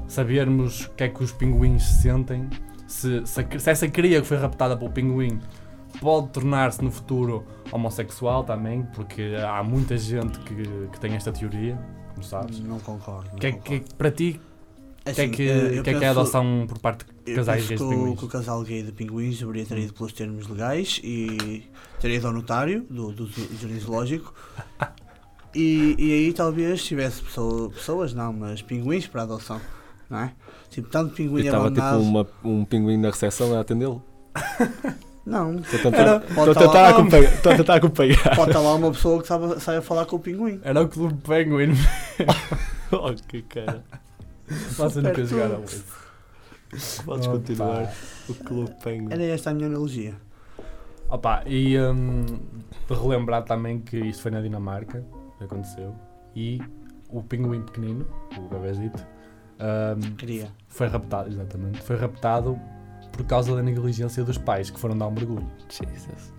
sabermos o que é que os pinguins sentem, se, se, a- se essa cria que foi raptada pelo pinguim pode tornar-se no futuro homossexual também, porque há muita gente que, que tem esta teoria, como sabes.
Não concordo. não
Que é, que,
concordo.
para ti, o que é
Hum. Assim,
que,
eh, eu
que é que é a
penso-
adoção por parte de
eu
casais
penso
gays de
que o-
pinguins?
que o casal gay de pinguins deveria ter ido pelos termos legais e ter ido ao notário do, do, do jardim zoológico. E, e aí talvez tivesse pessoa- pessoas, não, mas pinguins para adoção, não é? Tipo, tanto
Eu
pinguim
estava tipo
abandonado.
uma- um pinguim na recepção a atendê-lo. um-
Não,
Estou a tentar-
pode
estou a
estar
tentar
lá.
acompanhar- estou a tentar acompanhar.
pode estar lá uma pessoa que sabe, sai a falar com o pinguim.
Era o clube pinguim,
Oh, que cara.
passa nunca
Super
jogar a
tudo.
luz.
Podes
Opa.
continuar. O Clube Penguin.
Era esta a minha analogia.
Opa, e hum, de relembrar também que isto foi na Dinamarca, que aconteceu, e o pinguim pequenino, o gabezito, hum,
Queria.
foi raptado, exatamente, foi raptado por causa da negligência dos pais que foram dar um mergulho.
Jesus.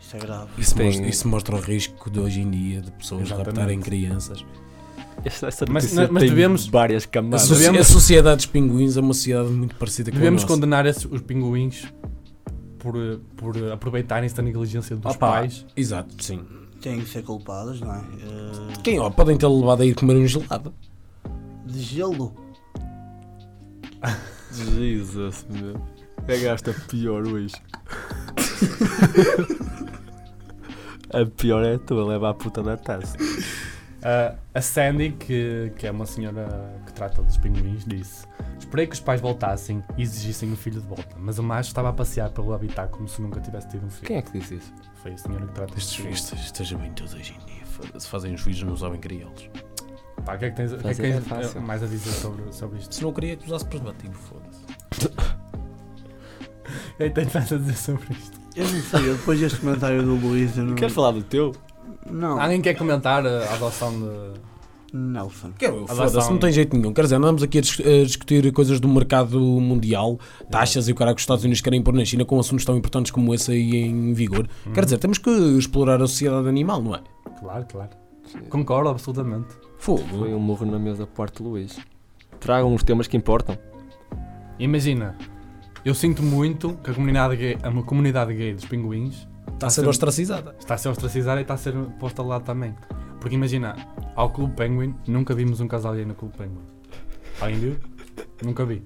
Isto é grave.
Isso,
Tem-
mostra, isso mostra o risco de hoje em dia de pessoas
Exatamente.
raptarem crianças.
Esta, esta
Mas-
notícia
mas
tem
devemos-
várias
A,
camadas.
so-
devemos-
a sociedade dos pinguins é uma sociedade muito parecida com
Devemos
a nossa.
condenar esses- os pinguins por, eh, por eh, aproveitarem-se da negligência dos
Opa.
pais.
Exato, sim.
Têm que ser culpados, não é? Eh,
Quem, ó, podem ter levado a ir comer um gelado.
de gelo.
Jesus, meu. É gasta pior hoje. a pior é tu, leva a puta da taça.
Ah, a Sandy, que, que é uma senhora que trata dos pinguins, disse: Esperei que os pais voltassem e exigissem o filho de volta, mas o macho estava a passear pelo habitat como se nunca tivesse tido um filho.
Quem é que disse isso?
Foi a senhora que trata
Estes
estes filhos.
juízes, esteja bem todos hoje em dia. Se fazem os juízes, não sabem criá-los.
Pá, o que é que tens, o que é que
Fazer é
tens, eh,
fácil.
mais a dizer sobre, sobre isto?
Se não queria é que usasse preservativo, foda-se.
O que é que tens mais a dizer sobre isto?
Eu não sei, eu depois deste comentário do Luís, eu não.
Queres falar Ah, do teu?
Não,
Alguém quer comentar eh, a adoção de.
Nelson.
Que é, eu,
Adoção.
Foda-se, não tem jeito nenhum. Quer dizer, andamos aqui a, dis- a discutir coisas do mercado mundial, taxas e o cara que os Estados Unidos querem pôr na China com assuntos tão importantes como esse aí em vigor. Quer dizer, temos que explorar a sociedade animal, não é?
Claro, claro. Concordo, absolutamente.
Fogo.
Foi um morro na mesa da parte do Luís. Tragam os temas que importam.
Imagina, eu sinto muito que a comunidade gay, a comunidade gay dos pinguins
Está Tá a ser ostracizada.
está a ser ostracizada e está a ser posta ao lado também. Porque imagina, ao Clube Penguin, nunca vimos um casal gay no Clube Penguin. Alguém viu? nunca vi.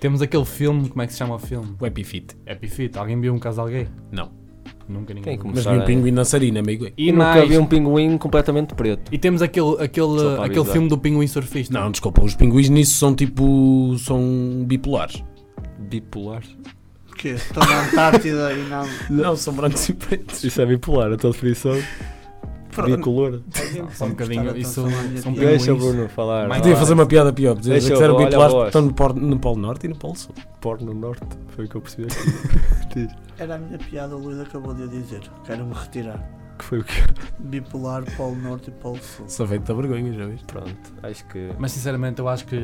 Temos aquele filme, como é que se chama o filme?
O Epifit.
Happy Feet. Alguém viu um casal gay?
Não.
Nunca ninguém.
Quem
Mas vi um
começou?
viu.
Começar
pinguim na sarina, amigo. é
E
E nunca
mais-
vi um pinguim completamente preto.
E temos aquele,
Só
aquele,
para
aquele
avisar.
filme do pinguim surfista.
Não, desculpa, os pinguins nisso são tipo. são bipolares.
Bipolar.
Porquê? Estão é? na Antártida e na.
Não, são brancos e pretos.
Isso é bipolar, a tua definição. Bicolor.
Não, só um bocadinho.
Prestar
Isso
atenção à minha
são
piada.
pinguins.
Deixa o Bruno falar.
Mas
vá.
Podia fazer uma piada pior, podia dizer
Deixa
que eram
eu- olha a
bipolares
voz.
porque estão no, por- no Polo Norte e no Polo Sul.
Porno Norte, foi o que eu percebi
Era a minha piada, o Luís acabou de eu dizer. Quero-me retirar.
que foi o que.
Bipolar, Polo Norte e Polo Sul.
Só feito da vergonha, já viste?
Pronto, acho que.
Mas sinceramente eu acho que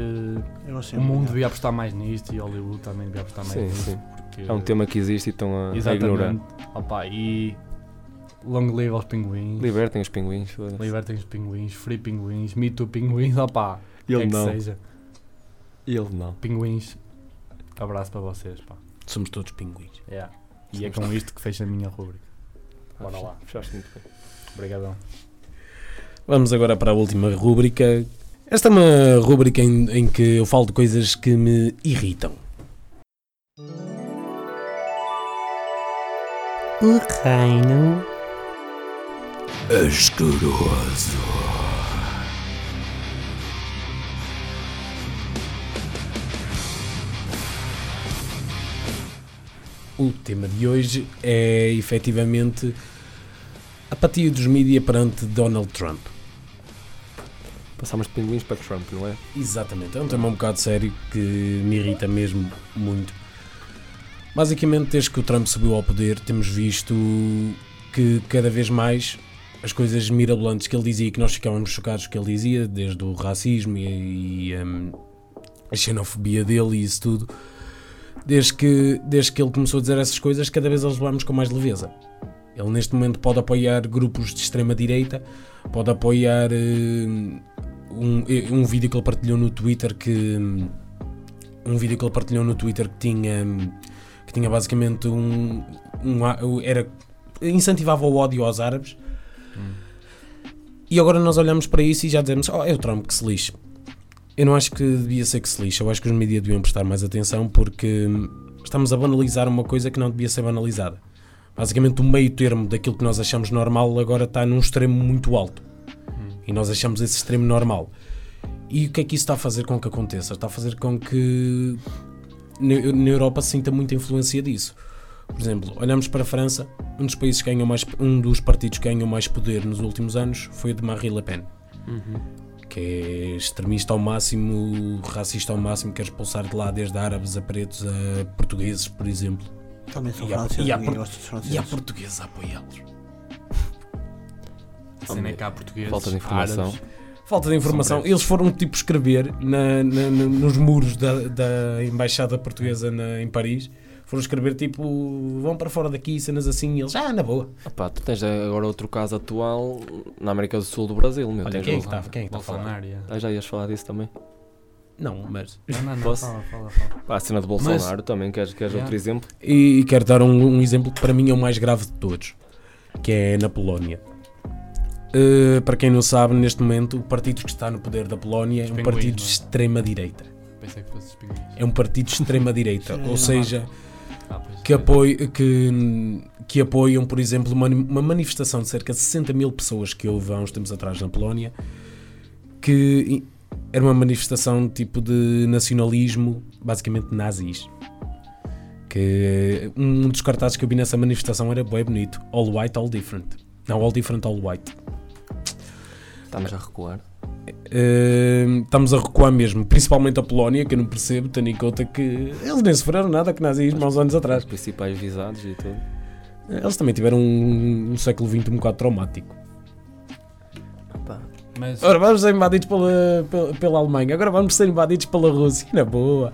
Eu achei
o mundo
melhor.
devia apostar mais nisto e Hollywood também devia apostar mais
Sim,
nisto.
sim.
Porque...
É um tema que existe e estão a, a ignorar.
Exatamente. Opa, e long live aos pinguins.
Libertem os pinguins. foda-se.
Libertem os pinguins, free pinguins, me too pinguins, opá,
Ele
é
quer
não.
que seja.
Ele não.
Pinguins, abraço para vocês, pá.
Somos todos pinguins.
Yeah. E é com isto que fecha a minha rubrica. Bora lá.
Fechaste muito bem.
Obrigadão.
Vamos agora para a última rúbrica. Esta é uma rúbrica em, em que eu falo de coisas que me irritam.
O reino
Asqueroso. O tema de hoje é efetivamente a apatia dos mídia perante Donald Trump.
Passámos de pinguins para Trump, não é?
Exatamente, é um tema um bocado sério que me irrita mesmo muito. Basicamente, desde que o Trump subiu ao poder, temos visto que cada vez mais as coisas mirabolantes que ele dizia, que nós ficávamos chocados que ele dizia, desde o racismo e, e, hum, a xenofobia dele e isso tudo, desde que, desde que ele começou a dizer essas coisas, cada vez as levamos com mais leveza. Ele neste momento pode apoiar grupos de extrema-direita, pode apoiar hum, um, um vídeo que ele partilhou no Twitter que um vídeo que ele partilhou no Twitter que tinha que tinha basicamente um, um a- era incentivava o ódio aos árabes e agora nós olhamos para isso e já dizemos oh é o Trump que se lixe eu não acho que devia ser que se lixe eu acho que os mídias deviam prestar mais atenção porque hum, estamos a banalizar uma coisa que não devia ser banalizada basicamente o meio termo daquilo que nós achamos normal agora está num extremo muito alto e nós achamos esse extremo normal. E o que é que isso está a fazer com que aconteça? Está a fazer com que na na Europa se sinta muita influência disso. Por exemplo, olhamos para a França, um dos países que ganhou mais, um dos partidos que ganhou mais poder nos últimos anos foi o de Marie Le Pen, que é extremista ao máximo, racista ao máximo, quer expulsar de lá desde árabes a pretos a portugueses, por exemplo.
Também são
E há-
franceses,
e há
ninguém
por-
gosta dos
E há
franceses.
portugueses a apoiá-los.
A cena é que há portugueses,
Falta de informação.
árabes.
Falta de informação.
São
Eles foram tipo escrever na- na- na- nos muros da, da embaixada portuguesa na- em Paris. Foram escrever tipo, vão para fora daqui, cenas assim. E eles, ah, na boa.
Opá, tu tens agora outro caso atual na América do Sul do Brasil, meu.
Olha,
tens
quem é
o-
que tá- quem é que tá a falar?
Bolsonaro, yeah.
Ah, já ias falar disso também.
Não, mas.
Não, não, não,
Posso?
fala, fala, fala.
Pá, a cena de Bolsonaro também, queres, queres
Yeah.
outro exemplo?
E, e quero dar um, um exemplo que para mim é o mais grave de todos, que é na Polónia. Uh, para quem não sabe, neste momento, o partido que está no poder da Polónia é
Os
um
pinguins,
partido
não
de
é?
extrema-direita.
Pensei que fosse os pinguins.
É um partido de extrema-direita,
Sim,
ou
é
seja,
Ah, pois,
que,
é.
apoi- que- que apoiam, por exemplo, uma, uma manifestação de cerca de 60 mil pessoas que houve há uns tempos atrás na Polónia, que i- era uma manifestação tipo de nacionalismo, basicamente nazis. Que um dos cartazes que eu vi nessa manifestação era bem bonito: All White, All Different. Não, All Different, All White.
Estamos a Tá, recuar.
Hum, estamos a recuar mesmo, principalmente a Polónia, que eu não percebo, tendo em conta que eles nem sofreram nada que nazismo há uns anos atrás.
Os principais visados e tudo.
Eles também tiveram um, um século XX um bocado traumático.
Mas,
Ora, vamos ser invadidos pela, pela, pela Alemanha, agora vamos ser invadidos pela Rússia, na boa.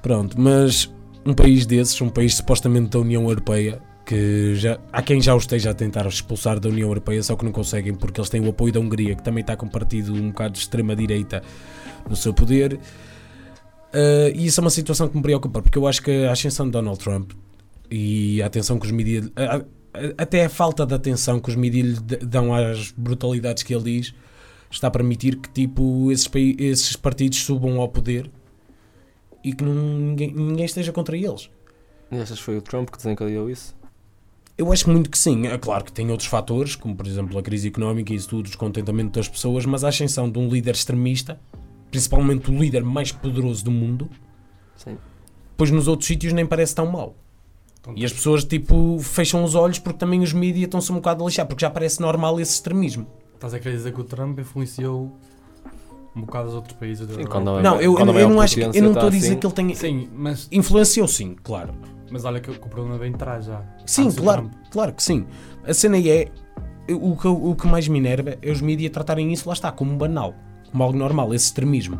Pronto, mas um país desses, um país supostamente da União Europeia, que já, há quem já os esteja a tentar expulsar da União Europeia, só que não conseguem porque eles têm o apoio da Hungria, que também está com um partido um bocado de extrema-direita no seu poder. Ah, e isso é uma situação que me preocupa, porque eu acho que a ascensão de Donald Trump e a atenção que os mídias. Até a falta de atenção que os mídias lhe d- dão às brutalidades que ele diz está a permitir que tipo esses, pai- esses partidos subam ao poder e que não- ninguém, ninguém esteja contra eles.
E achas que foi o Trump que desencadeou isso?
Eu acho muito que sim. É claro que tem outros fatores, como por exemplo a crise económica e isso tudo, o descontentamento das pessoas, mas a ascensão de um líder extremista, principalmente o líder mais poderoso do mundo,
Sim.
pois nos outros sítios nem parece tão mal. E as pessoas, tipo, fecham os olhos porque também os mídias estão-se um bocado a lixar, porque já parece normal esse extremismo.
Estás a querer dizer que o Trump influenciou um bocado os outros países da
Sim,
Europa?
quando a-
Não, eu, eu,
quando a
não- eu
maior
não acho que. Eu
potência
não
tá
estou a dizer
assim,
que ele tenha.
Sim, mas,
Influenciou sim, claro.
mas olha que, o- que o problema vem de trás já.
Sim,
Antes do
claro,
Trump.
claro que sim. A cena aí é. O que, eu- o que mais me enerva é os mídias tratarem isso, lá está, como banal, como algo normal, esse extremismo.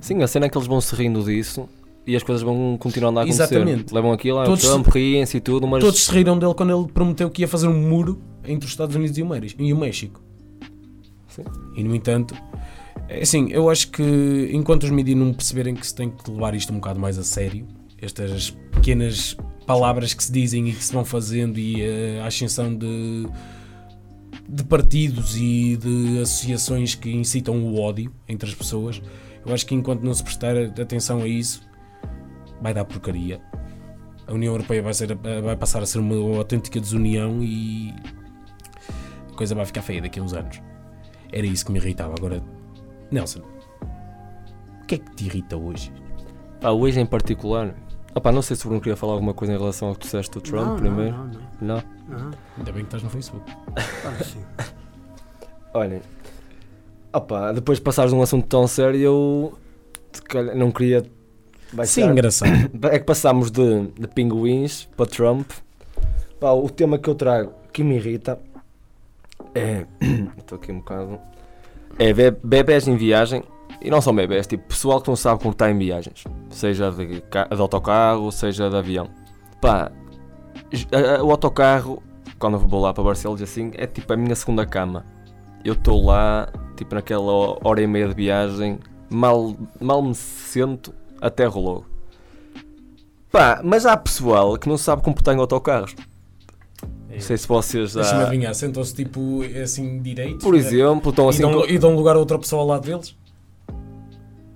Sim, a cena é que eles vão se rindo disso e as coisas vão continuando a acontecer.
Exatamente.
Levam aquilo, lá,
Todos-
Trump, riem-se e tudo, mas
Todos se riram dele quando ele prometeu que ia fazer um muro entre os Estados Unidos e o Meris- e o México.
Sim.
E no entanto, é assim, eu acho que enquanto os mídias não perceberem que se tem que levar isto um bocado mais a sério, estas pequenas palavras que se dizem e que se vão fazendo e eh, a ascensão de, de partidos e de associações que incitam o ódio entre as pessoas, eu acho que enquanto não se prestar atenção a isso, vai dar porcaria. A União Europeia vai, ser, vai passar a ser uma autêntica desunião e a coisa vai ficar feia daqui a uns anos. Era isso que me irritava. Agora, Nelson, o que é que te irrita hoje?
pá, ah, hoje em particular. Ah, pá, não sei se o Bruno queria falar alguma coisa em relação ao que disseste do Trump
não,
primeiro.
Não, não,
Não?
não.
Ainda bem que estás no Facebook.
Ah, sim.
Olhem. Ah, pá, depois de passares de um assunto tão sério, eu se calhar, não queria. Vai
Sim,
ser-
engraçado.
É que passámos de, de pinguins para Trump. Pá, o tema que eu trago que me irrita é. Estou aqui um bocado. É be bebés em viagem. E não são bebés, tipo pessoal que não sabe como está em viagens. Seja de, ca- de autocarro, seja de avião. Pá, j- a- a- o autocarro, quando eu vou lá para Barcelos assim, é tipo a minha segunda cama. Eu estou lá, tipo naquela ho- hora e meia de viagem, mal, mal me sento, aterro logo. Pá, mas há pessoal que não sabe computar em autocarros. Não sei se vocês já.
Deixa-me adivinhar, sentam-se tipo assim direito.
Ah. Por
né?
exemplo, estão
e,
assim.
dão,
com-
e dão lugar a outra pessoa ao lado deles?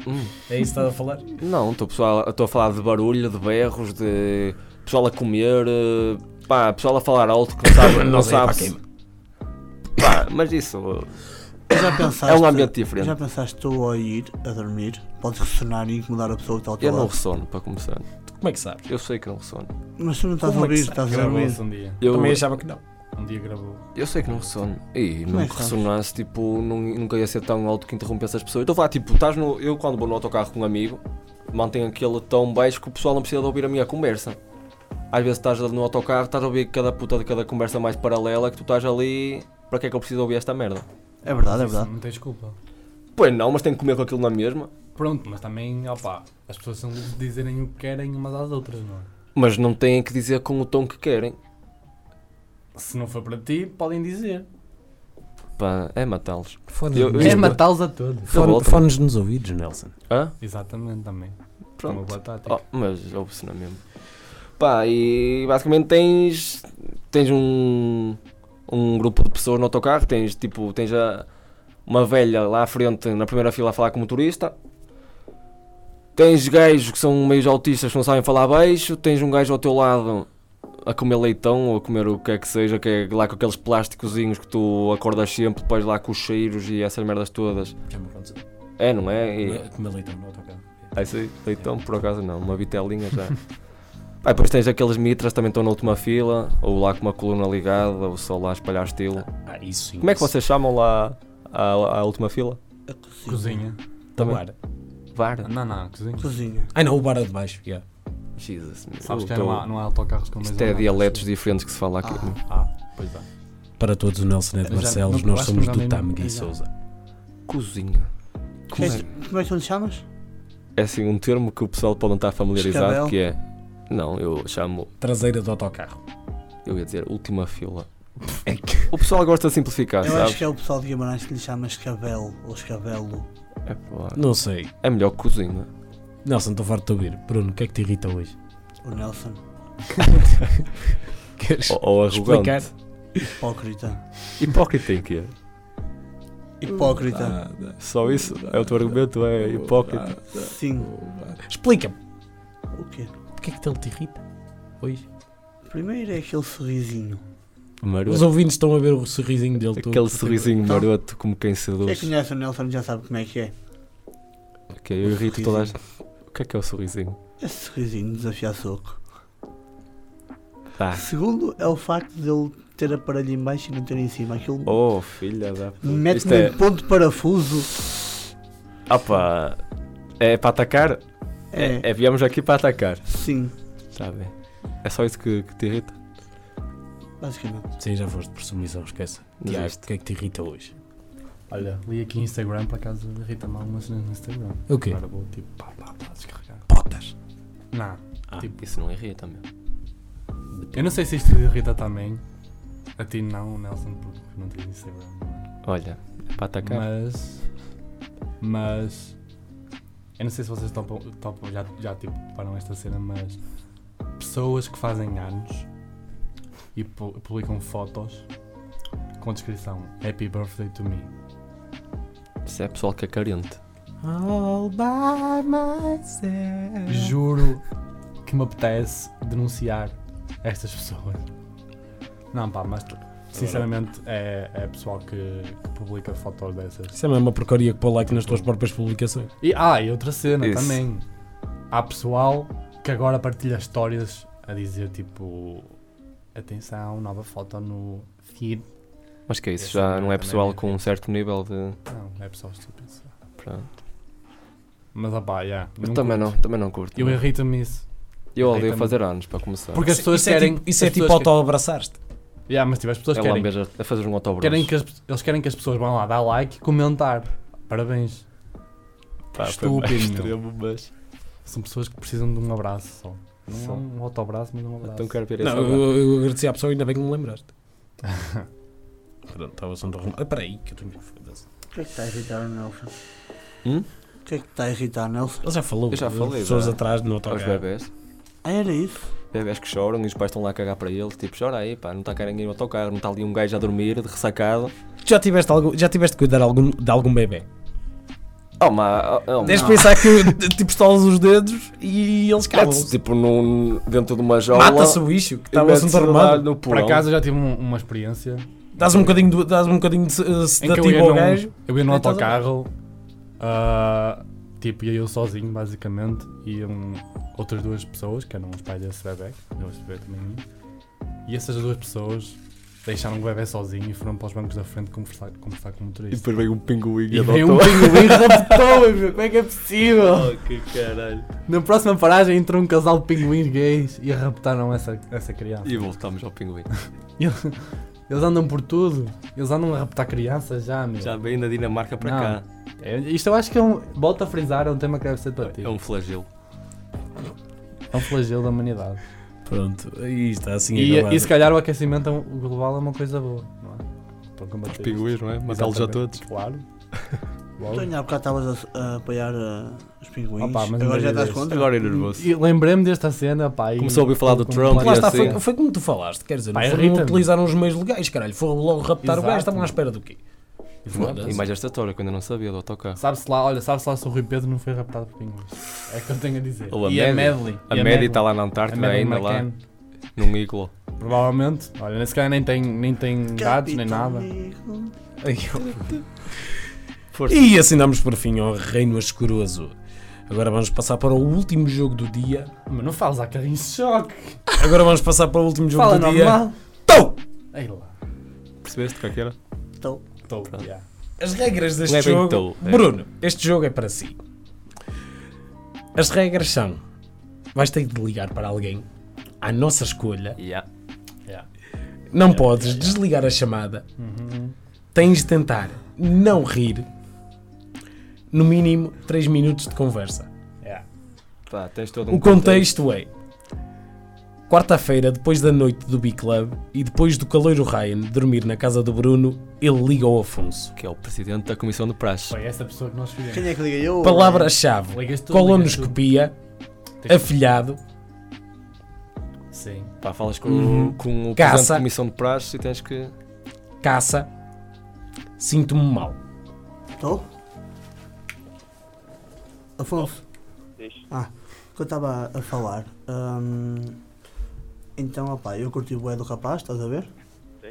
Hum,
É isso que estás a falar?
não, estou pessoal- estou a falar de barulho, de berros, de pessoal a comer. eh, Pá, pessoal a falar alto que não sabe. não
sei,
sabe
pá,
se-
quem-
pá, mas isso.
Já pensaste,
É um ambiente diferente.
Já pensaste tu ao ir a dormir? Pode ressonar e incomodar a pessoa que está ao teu
Eu não
lado.
ressono, para começar.
Como é que sabes?
Eu sei que não ressono.
Mas tu não estás a
Como é que
ouvir,
se-
estás a dormir.
Gravou-se um dia.
Eu,
Também achava que não.
Um dia gravou.
eu sei que não ressono. E
Como é
não
que
que
sabes?
ressonasse, tipo, não- nunca ia ser tão alto que interrompesse as pessoas. Então vá, tipo, estás no. Eu quando vou no autocarro com um amigo, mantenho aquele tão baixo que o pessoal não precisa de ouvir a minha conversa. Às vezes estás no autocarro, estás a ouvir cada puta de cada conversa mais paralela que tu estás ali. Para que é que eu preciso ouvir esta merda?
É verdade, é
Isso
verdade.
Não tens culpa.
Pois não, mas tenho que comer com aquilo na mesma.
Pronto, mas também, opá, as pessoas são livres de dizerem o que querem umas às outras, não é?
Mas não têm que dizer com o tom que querem.
Se não for para ti, podem dizer.
Pá, é matá-los.
Fones,
Eu- eu-
É matá-los a todos.
Fone- volta.
fones nos ouvidos, Nelson.
Hã?
Exatamente, também. Uma
Pronto.
boa tática.
Oh, mas ouve-se na mesma. Pá, e basicamente tens. Tens um. Um grupo de pessoas no autocarro, tens tipo. Tens a, uma velha lá à frente, na primeira fila, a falar com o motorista. Tens gajos que são meios autistas que não sabem falar baixo. Tens um gajo ao teu lado a comer leitão ou a comer o que é que seja, que é lá com aqueles plásticozinhos que tu acordas sempre, depois lá com os cheiros e essas merdas todas.
Já me aconteceu.
É, não é? E-
Comer leitão no autocarro. é.
Ai, sei. Leitão, por acaso não, uma vitelinha já. Pá, e depois tens aqueles mitras também estão na última fila, ou lá com uma coluna ligada, ou só lá a espalhar estilo.
Ah, isso sim.
Como é que vocês chamam lá à, à última fila? Oh.
Cozinha.
Também.
Bar.
Vara.
Não, não, cozinha.
Cozinha.
Ah, não, o bar é de baixo. yeah.
Jesus, meu.
Sabes
Eu
que
tô-
não há, não há autocarros com
Isto
mesa
é
branca.
dialetos diferentes que se fala aqui.
assim. Ah, pois é.
Para todos, o Nelson é de
Já-
Barcelos,
não-
nós
acho
somos
que não
do
dá mesmo-
Tâmega e
já.
Souza.
Cozinha. Como
Queres-
é?
Como é que tu te chamas?
É assim um termo que o pessoal pode não estar familiarizado,
Escabel.
que é. Não, eu chamo.
Traseira do autocarro.
Eu ia dizer última fila.
É que...
O pessoal gosta de simplificar,
Eu
Ah, sabes?
acho que é o pessoal de Guimarães que lhe chama escabelo ou escabelo.
É, pá,
Não sei.
é melhor que cozinha.
Nelson, estou farto de ouvir. Bruno, o que é que te irrita hoje?
O Nelson.
Queres
Ou, ou arrogante.
explicar?
Hipócrita.
Hipócrita em quê?
Hipócrita.
Só isso? É o teu argumento? É hipócrita?
Sim.
Explica-me.
O quê?
Porquê é que ele te irrita? Hoje?
Primeiro é aquele sorrisinho.
Os
Maroto.
ouvintes estão a ver o sorrisinho dele todo.
Aquele sorrisinho
Então-
maroto, como quem
Quem
é
seduz.
conhece É o Nelson já sabe como é que é.
Ok, eu irrito toda a gente. O que é que é o sorrisinho?
Esse sorrisinho desafia soco.
Tá.
Segundo é o facto de ele ter aparelho em baixo e não ter em cima. Aquilo
Oh, filha da. Isto
mete-me
é.
um ponto de parafuso.
um-
Opa! É para atacar?
É,
É, é, viemos aqui para atacar.
sim,
Tá bem. É só isso que, que te irrita?
basicamente.
Sim, já foste por submissão, esquece. Tiago,
Desiste.
o que é que te irrita hoje?
Olha, li aqui Instagram, por acaso irrita-me algumas cenas no Instagram.
O quê?
Agora vou tipo pá pá pá descarregar.
Potas.
Não.
Ah.
Tipo,
Isso não irrita, meu.
eu não sei se isto te irrita também. A ti não, Nelson, porque não tens Instagram. não é?
Olha, é para atacar.
Mas. Mas. Eu não sei se vocês topam, topam já, já tipo, param esta cena, mas. Pessoas que fazem anos e pu- publicam fotos com a descrição Happy Birthday to me.
Isso é pessoal que é carente.
All by
É.
myself.
Juro que me apetece denunciar estas pessoas. Não, pá, mas sinceramente é, é pessoal que, que publica fotos dessas.
Isso é a mesma porcaria que pôr like nas tuas próprias publicações.
E, ah, e outra cena
Isso.
também. Há pessoal que agora partilha histórias a dizer tipo. Atenção, nova foto no feed.
Mas que é isso?
Esse
Já
também-
não é
também
pessoal
irrita.
com um certo nível de.
Não, é pessoal estúpido. só.
Pronto.
Mas opá, yeah,
Eu
não
também
curto.
não, também não curto.
Eu
não.
irrito-me isso.
Eu odeio
irrita-me.
fazer anos, para começar.
Porque as
Isso-
pessoas
isso é
querem.
tipo- Isso é
as
tipo
pessoas que-
auto-abraçar-te.
Yeah, mas tipo, as pessoas
é
querem.
lambeja a fazer um autobrosso.
querem que as, eles querem que as pessoas vão lá dar like e comentar. Parabéns.
Pá, foi mais
Estúpido. meu.
extremo, mas-
São pessoas que precisam de um abraço só. Não
Só.
é um autoabraço, mas um abraço.
Então quero ver esse
Não,
abraço.
eu, eu agradeci à pessoa, ainda bem que me lembraste. Pronto, estava
um
só
Ah,
interrompido. Espera aí, que eu tenho. Foda-se.
O que é que está a irritar o Nelson?
Hum?
O que é que está a irritar o Nelson?
Ele já falou.
Eu já
as
falei,
Pessoas
já.
atrás um no
Aos
autocarro.
bebés.
Ah, era isso?
Bebés que choram e os pais estão lá a cagar para eles. Tipo, chora aí, pá, não está querem ir ao autocarro. Não está ali um gajo a dormir, de ressacado.
Tu já tiveste, algum, já tiveste que cuidar algum, de algum bebê?
Oh, mas. Oh,
Tens
mas...
de pensar que tipo, estalas os dedos e eles calam
Mete-se, tipo num, dentro de uma jaula.
Mata-se o bicho que
e
estava
mete-se
assunto
a dar
armado.
No
Por
porão.
acaso eu já tive um- uma experiência
Dás um bocadinho de, dás um bocadinho de eh,
em que eu ia
sedativo ao
num,
gajo.
eu ia num
e estás a-
autocarro, ah, tipo, ia eu sozinho, basicamente, e um- outras duas pessoas, que eram os pais desse bebê, eu esse bebê também ia, e essas duas pessoas deixaram o bebê sozinho e foram para os bancos da frente conversar, conversar com o
E
motorista.
depois veio um pinguim
E veio um pinguim e raptou-me, meu, como é que é possível?
Oh, que caralho.
Na próxima paragem entrou um casal de pinguins gays e raptaram essa, essa criança.
E voltamos ao pinguim.
Eles andam por tudo, eles andam a raptar crianças já, meu.
Já veio da Dinamarca para
Não,
cá.
É, isto eu acho que é um. Volto a frisar, é um tema que deve ser debatido.
É um flagelo.
É um flagelo da humanidade.
Pronto, aí está assim
é
E,
acabado.
e se calhar o aquecimento é um- o global é uma coisa boa, não é? Para combater. isto.
não é?
Exatamente. Claro.
Tu
Então,
ainda há bocado estavas a, a apoiar ah, os pinguins.
Oh. Opa, mas não
Agora já
digas
estás
isso.
contra?
Agora é nervoso.
E Lembrei-me desta cena, pá. e-
Começou a ouvir falar do
com-
Trump e
Lá
com-
está,
assim.
foi, foi como tu falaste, quer dizer,
Pá,
não foram
irrita-me.
utilizaram os meios legais, caralho, foram logo raptar o gajo,
Exato.
estavam à espera do quê?
E mais esta história que eu ainda não sabia do autocarro.
Sabe-se lá, olha, sabe-se lá se o Rui Pedro não foi raptado por pinguins. É o que eu tenho a dizer.
Ou a
e a
Maddie.
Medley.
A Maddie está lá na Antártida ainda lá, num ícolo.
Provavelmente. Olha, nesse cara nem tem, nem tem dados, nem
Capitão
nada.
Negro.
Força.
E assim damos por fim ao Reino Ascuroso. Agora vamos passar para o último jogo do dia.
Mas não fales à cara em choque.
Agora vamos passar para o último jogo
Fala
do dia.
normal.
Então,
Ei lá.
Percebeste o que é que era?
Então,
Estou,
Pronto.
yeah.
as regras deste
Levem
jogo.
tou, é.
Bruno, este jogo é para si. As regras são: vais ter de ligar para alguém à nossa escolha.
Yeah.
Não podes desligar a chamada. Tens de tentar não rir. No mínimo 3 minutos de conversa.
Yeah.
Pá, tens todo um
O contexto é. Quarta-feira, depois da noite do B-Club e depois do caloiro Ryan dormir na casa do Bruno, ele liga ao Afonso.
Que é o presidente da comissão de praxe.
Foi essa pessoa que nós escolhemos.
quem é que liga? Eu?
Palavra-chave:
Ligas tu,
colonoscopia,
ligas tu.
afilhado,
Sim.
Pá, falas com,
Uhum.
com o presidente
Caça.
da comissão de praxe e tens que.
caça, sinto-me mal.
Estou? Afonso? Ah, o que eu estava a falar. hum, Então, opá, eu curti o bué do rapaz, estás a ver?
Sim.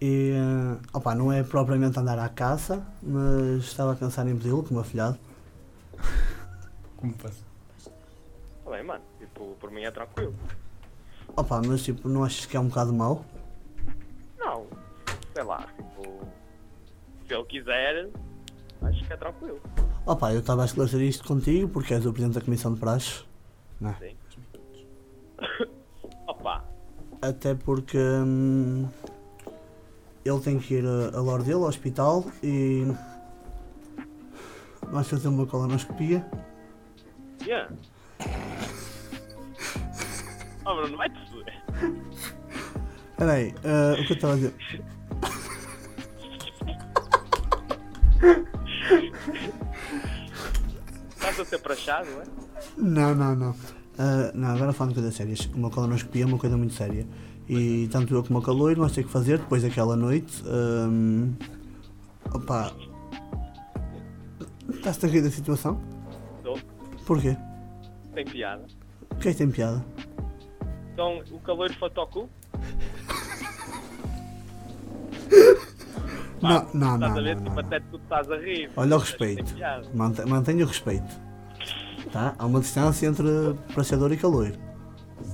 E, eh, opá, não é propriamente andar à caça, mas estava a pensar em pedi-lo como afilhado.
Como faz?
Tá bem, mano. Tipo, por mim é tranquilo.
Opá, mas tipo, não achas que é um bocado mau?
Não. Sei lá, tipo. Se ele quiser, acho que é tranquilo.
Opá, eu estava a esclarecer isto contigo porque és o presidente da comissão de praxe.
Opa,
Até porque hum, ele tem que ir a, a lore dele, ao hospital, e vais fazer uma colonoscopia.
yeah. Oh, Bruno, vai-te foder.
Espera aí, ah, o que eu estava a dizer?
Estás a ser prachado, é?
Não, não, não. Ah, não, agora falando de coisas sérias. Uma colonoscopia é uma coisa muito séria. E tanto eu como a Caloiro nós temos que fazer depois daquela noite. hum, opá. Estás-te a rir da situação?
Estou.
Porquê?
Tem piada.
O que é que tem piada?
Então, o calor fotocu?
Não, não, não.
Estás a ver?
não,
Tipo,
não, não.
até tu estás a rir.
Olha o
Acho que tem
respeito.
piada.
Mante- mantenha o respeito. Tá? Há uma distância entre praciador e caloiro.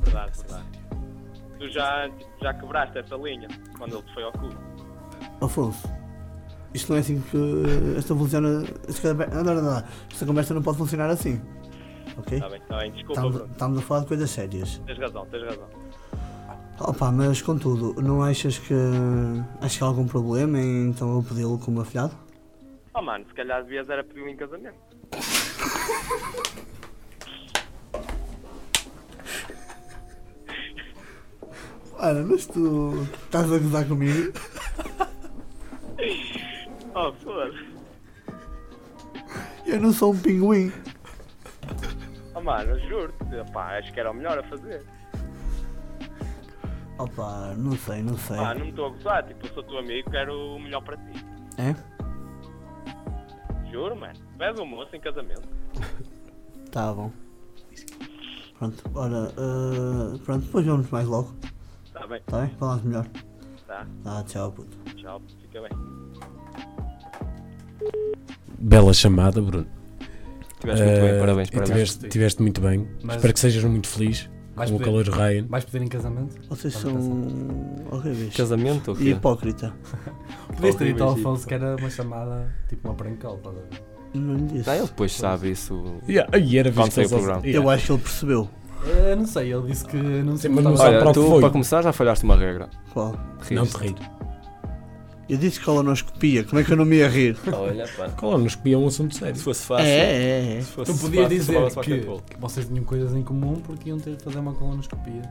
Verdade, verdade. Tu já, tipo, já quebraste essa linha quando ele te foi ao cu.
Afonso, isto não é assim que uh, esta funciona. Esta, não, não, não, não. esta conversa não pode funcionar assim. Ok?
Está Tá bem, está bem. Desculpa,
Estamos,
Bruno.
estamos a falar de coisas sérias.
Tens razão, tens razão.
Opa, mas contudo, não achas que. Achas que há algum problema em então eu pedi-lo como afilhado?
Oh, mano, se calhar devias era pedir-me em casamento.
Olha, mas tu. estás a gozar comigo?
Oh, foda
Eu não sou um pinguim.
Oh, mano, juro-te. Pá, acho que era o melhor a fazer.
Opa, não sei, não sei.
Pá, não me estou a gozar. Tipo, eu sou teu amigo, quero o melhor para ti.
É?
Juro, mano. Tu és um moço em casamento.
Tá bom. Pronto, ora, ah, pronto, depois vamos mais logo,
Tá bem,
tá bem? Falamos melhor.
tá.
Tá, tchau, puto.
Tchau, fica bem.
Bela chamada, Bruno.
Tiveste muito bem,
Eh,
parabéns,
e
parabéns.
Tiveste, tiveste muito bem.
Mas-
Espero que sejas muito feliz
Vais
com o
poder-
calor Ryan.
Vais pedir em casamento?
Vocês
Tá
são horríveis.
Casamento ou
E
quê?
hipócrita.
Podias ter dito ao
Horríveis, e-
Afonso que era uma chamada, tipo uma prank call, estás a ver?
Não lhe disse.
Tá,
Ah, ele depois sabe isso.
Yeah, aí era
Quando
visto
saiu o
só-
programa.
Yeah.
Eu acho que ele percebeu.
Eh, não sei, ele disse que não
Sim,
se
mas não sabe
importava.
para
Olha,
o que
tu
foi.
para começar já falhaste uma regra.
Qual?
Não te
Riste.
rir.
Eu disse que colonoscopia, como é que eu não me ia rir?
Olha, pá.
Colonoscopia é um assunto sério.
Se fosse
É,
fácil.
é, é.
Se fosse
Tu podias
fácil,
dizer
falava-se qualquer coisa.
que vocês tinham coisas em comum porque iam ter de fazer uma colonoscopia.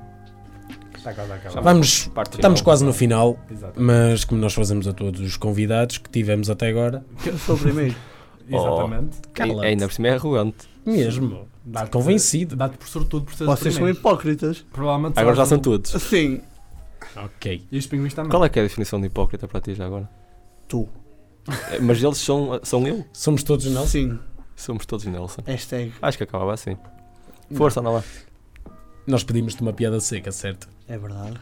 Está quase a acabar.
Vamos,
Parte
estamos
final.
quase no final,
Exato.
mas como nós fazemos a todos os convidados que tivemos até agora,
Eu sou o primeiro.
Exatamente.
cala-te.
E- Ainda por cima é arrogante.
mesmo,
Dá-te-
convencido.
Dá-te por sortudo por ser
Vocês
o
são
primeiro.
hipócritas.
Provavelmente
Agora já
serás
são
o-
todos.
Assim,
Ok.
E os pinguins também.
Qual é que é a definição de hipócrita para ti já agora?
tu.
É, Mas eles são, são eu.
Somos todos nós.
Sim. é,
Somos todos Nelson.
Hashtag.
Acho que acabava assim. Força, anda lá.
Nós pedimos-te uma piada seca, certo?
É verdade.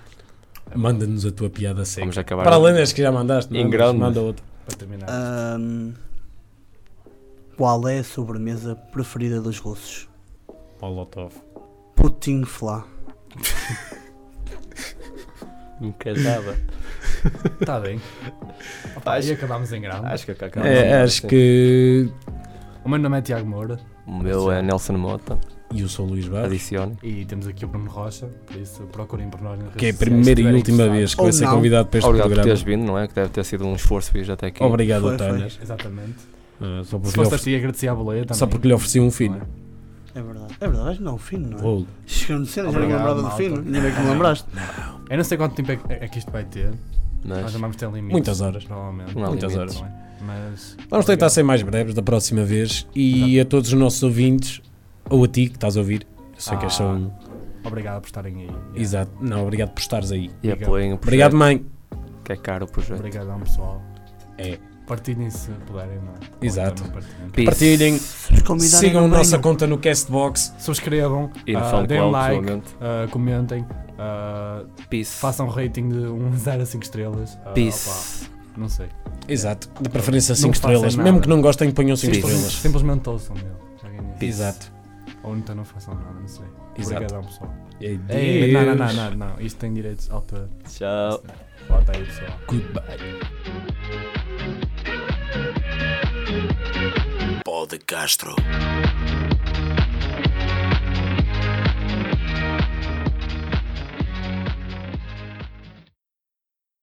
Manda-nos a tua piada seca.
Vamos acabar.
Para além das que já mandaste, não é?
Em grande.
manda outra.
Para terminar.
Ah. Ahm, qual é a sobremesa preferida dos russos?
Molotov.
Putin flá.
Não queres nada.
Está Tá bem. Opa,
Acho-
E acabámos em grande.
Acho que acabava. assim.
É, acho que.
O meu nome é Tiago Moura
O meu é Nelson Mota.
E eu sou o Luís Barros.
Adicione.
e temos aqui o Bruno Rocha, por isso procurem por nós nas redes
Que é a
sociais,
primeira
se
e
estiverem
última vez que
Ou
vai ser
não.
convidado para este
Obrigado por
programa.
teres vindo, não é? Que deve ter sido um esforço vir até aqui.
Obrigado,
Foi,
Tanas.
interessados. Exatamente.
Ah, só,
Se
porque lhe
fosse
ofer-
assim, agradecer à boleia também.
só porque lhe ofereci um filho.
não é?
É verdade. É verdade, acho que não, fino, não é?
Rolo.
Chegando de cena, já não
Obrigado,
lembrava do
malta.
fino. Ainda bem que me lembraste.
Eu não sei quanto tempo é que, é que isto vai ter. Nós
Mas
não vamos ter limites.
Muitas horas.
Provavelmente.
Não há
Muitas
limites.
horas.
Não é? Mas.
Vamos tentar ser mais breves da próxima vez e a todos os nossos ouvintes, ou a ti que estás a ouvir, eu sei que és só um.
Obrigado por estarem aí.
Exato, não, obrigado por estares aí.
e apoiem o
Obrigado,
projeto,
mãe.
que é caro o projeto.
Obrigadão, pessoal.
É.
Partilhem se puderem, não é? Ou
Exato.
então não partilhem.
Peace.
Partilhem,
Os convidados
sigam a
não
nossa
venham.
conta no Castbox.
Subscrevam,
E no
ah, deem
SoundCloud,
like,
provavelmente.
ah, comentem. Ah,
Peace.
façam um rating de 1 0 a 5 estrelas. Ah, opa,
Peace.
não sei.
Exato, de preferência
Não
5
façam
estrelas.
nada.
Mesmo que não gostem, ponham 5
Sim.
Simplesmente,
estrelas.
simplesmente ouçam meu. Alguém diz.
Exato.
Ou então não façam nada, não sei.
Exato.
Obrigadão, pessoal.
É
Ei, não, não, não,
Deus.
não, não. Isto tem direitos autor.
Tchau.
Bota aí, pessoal.
Goodbye.
Pó de Castro.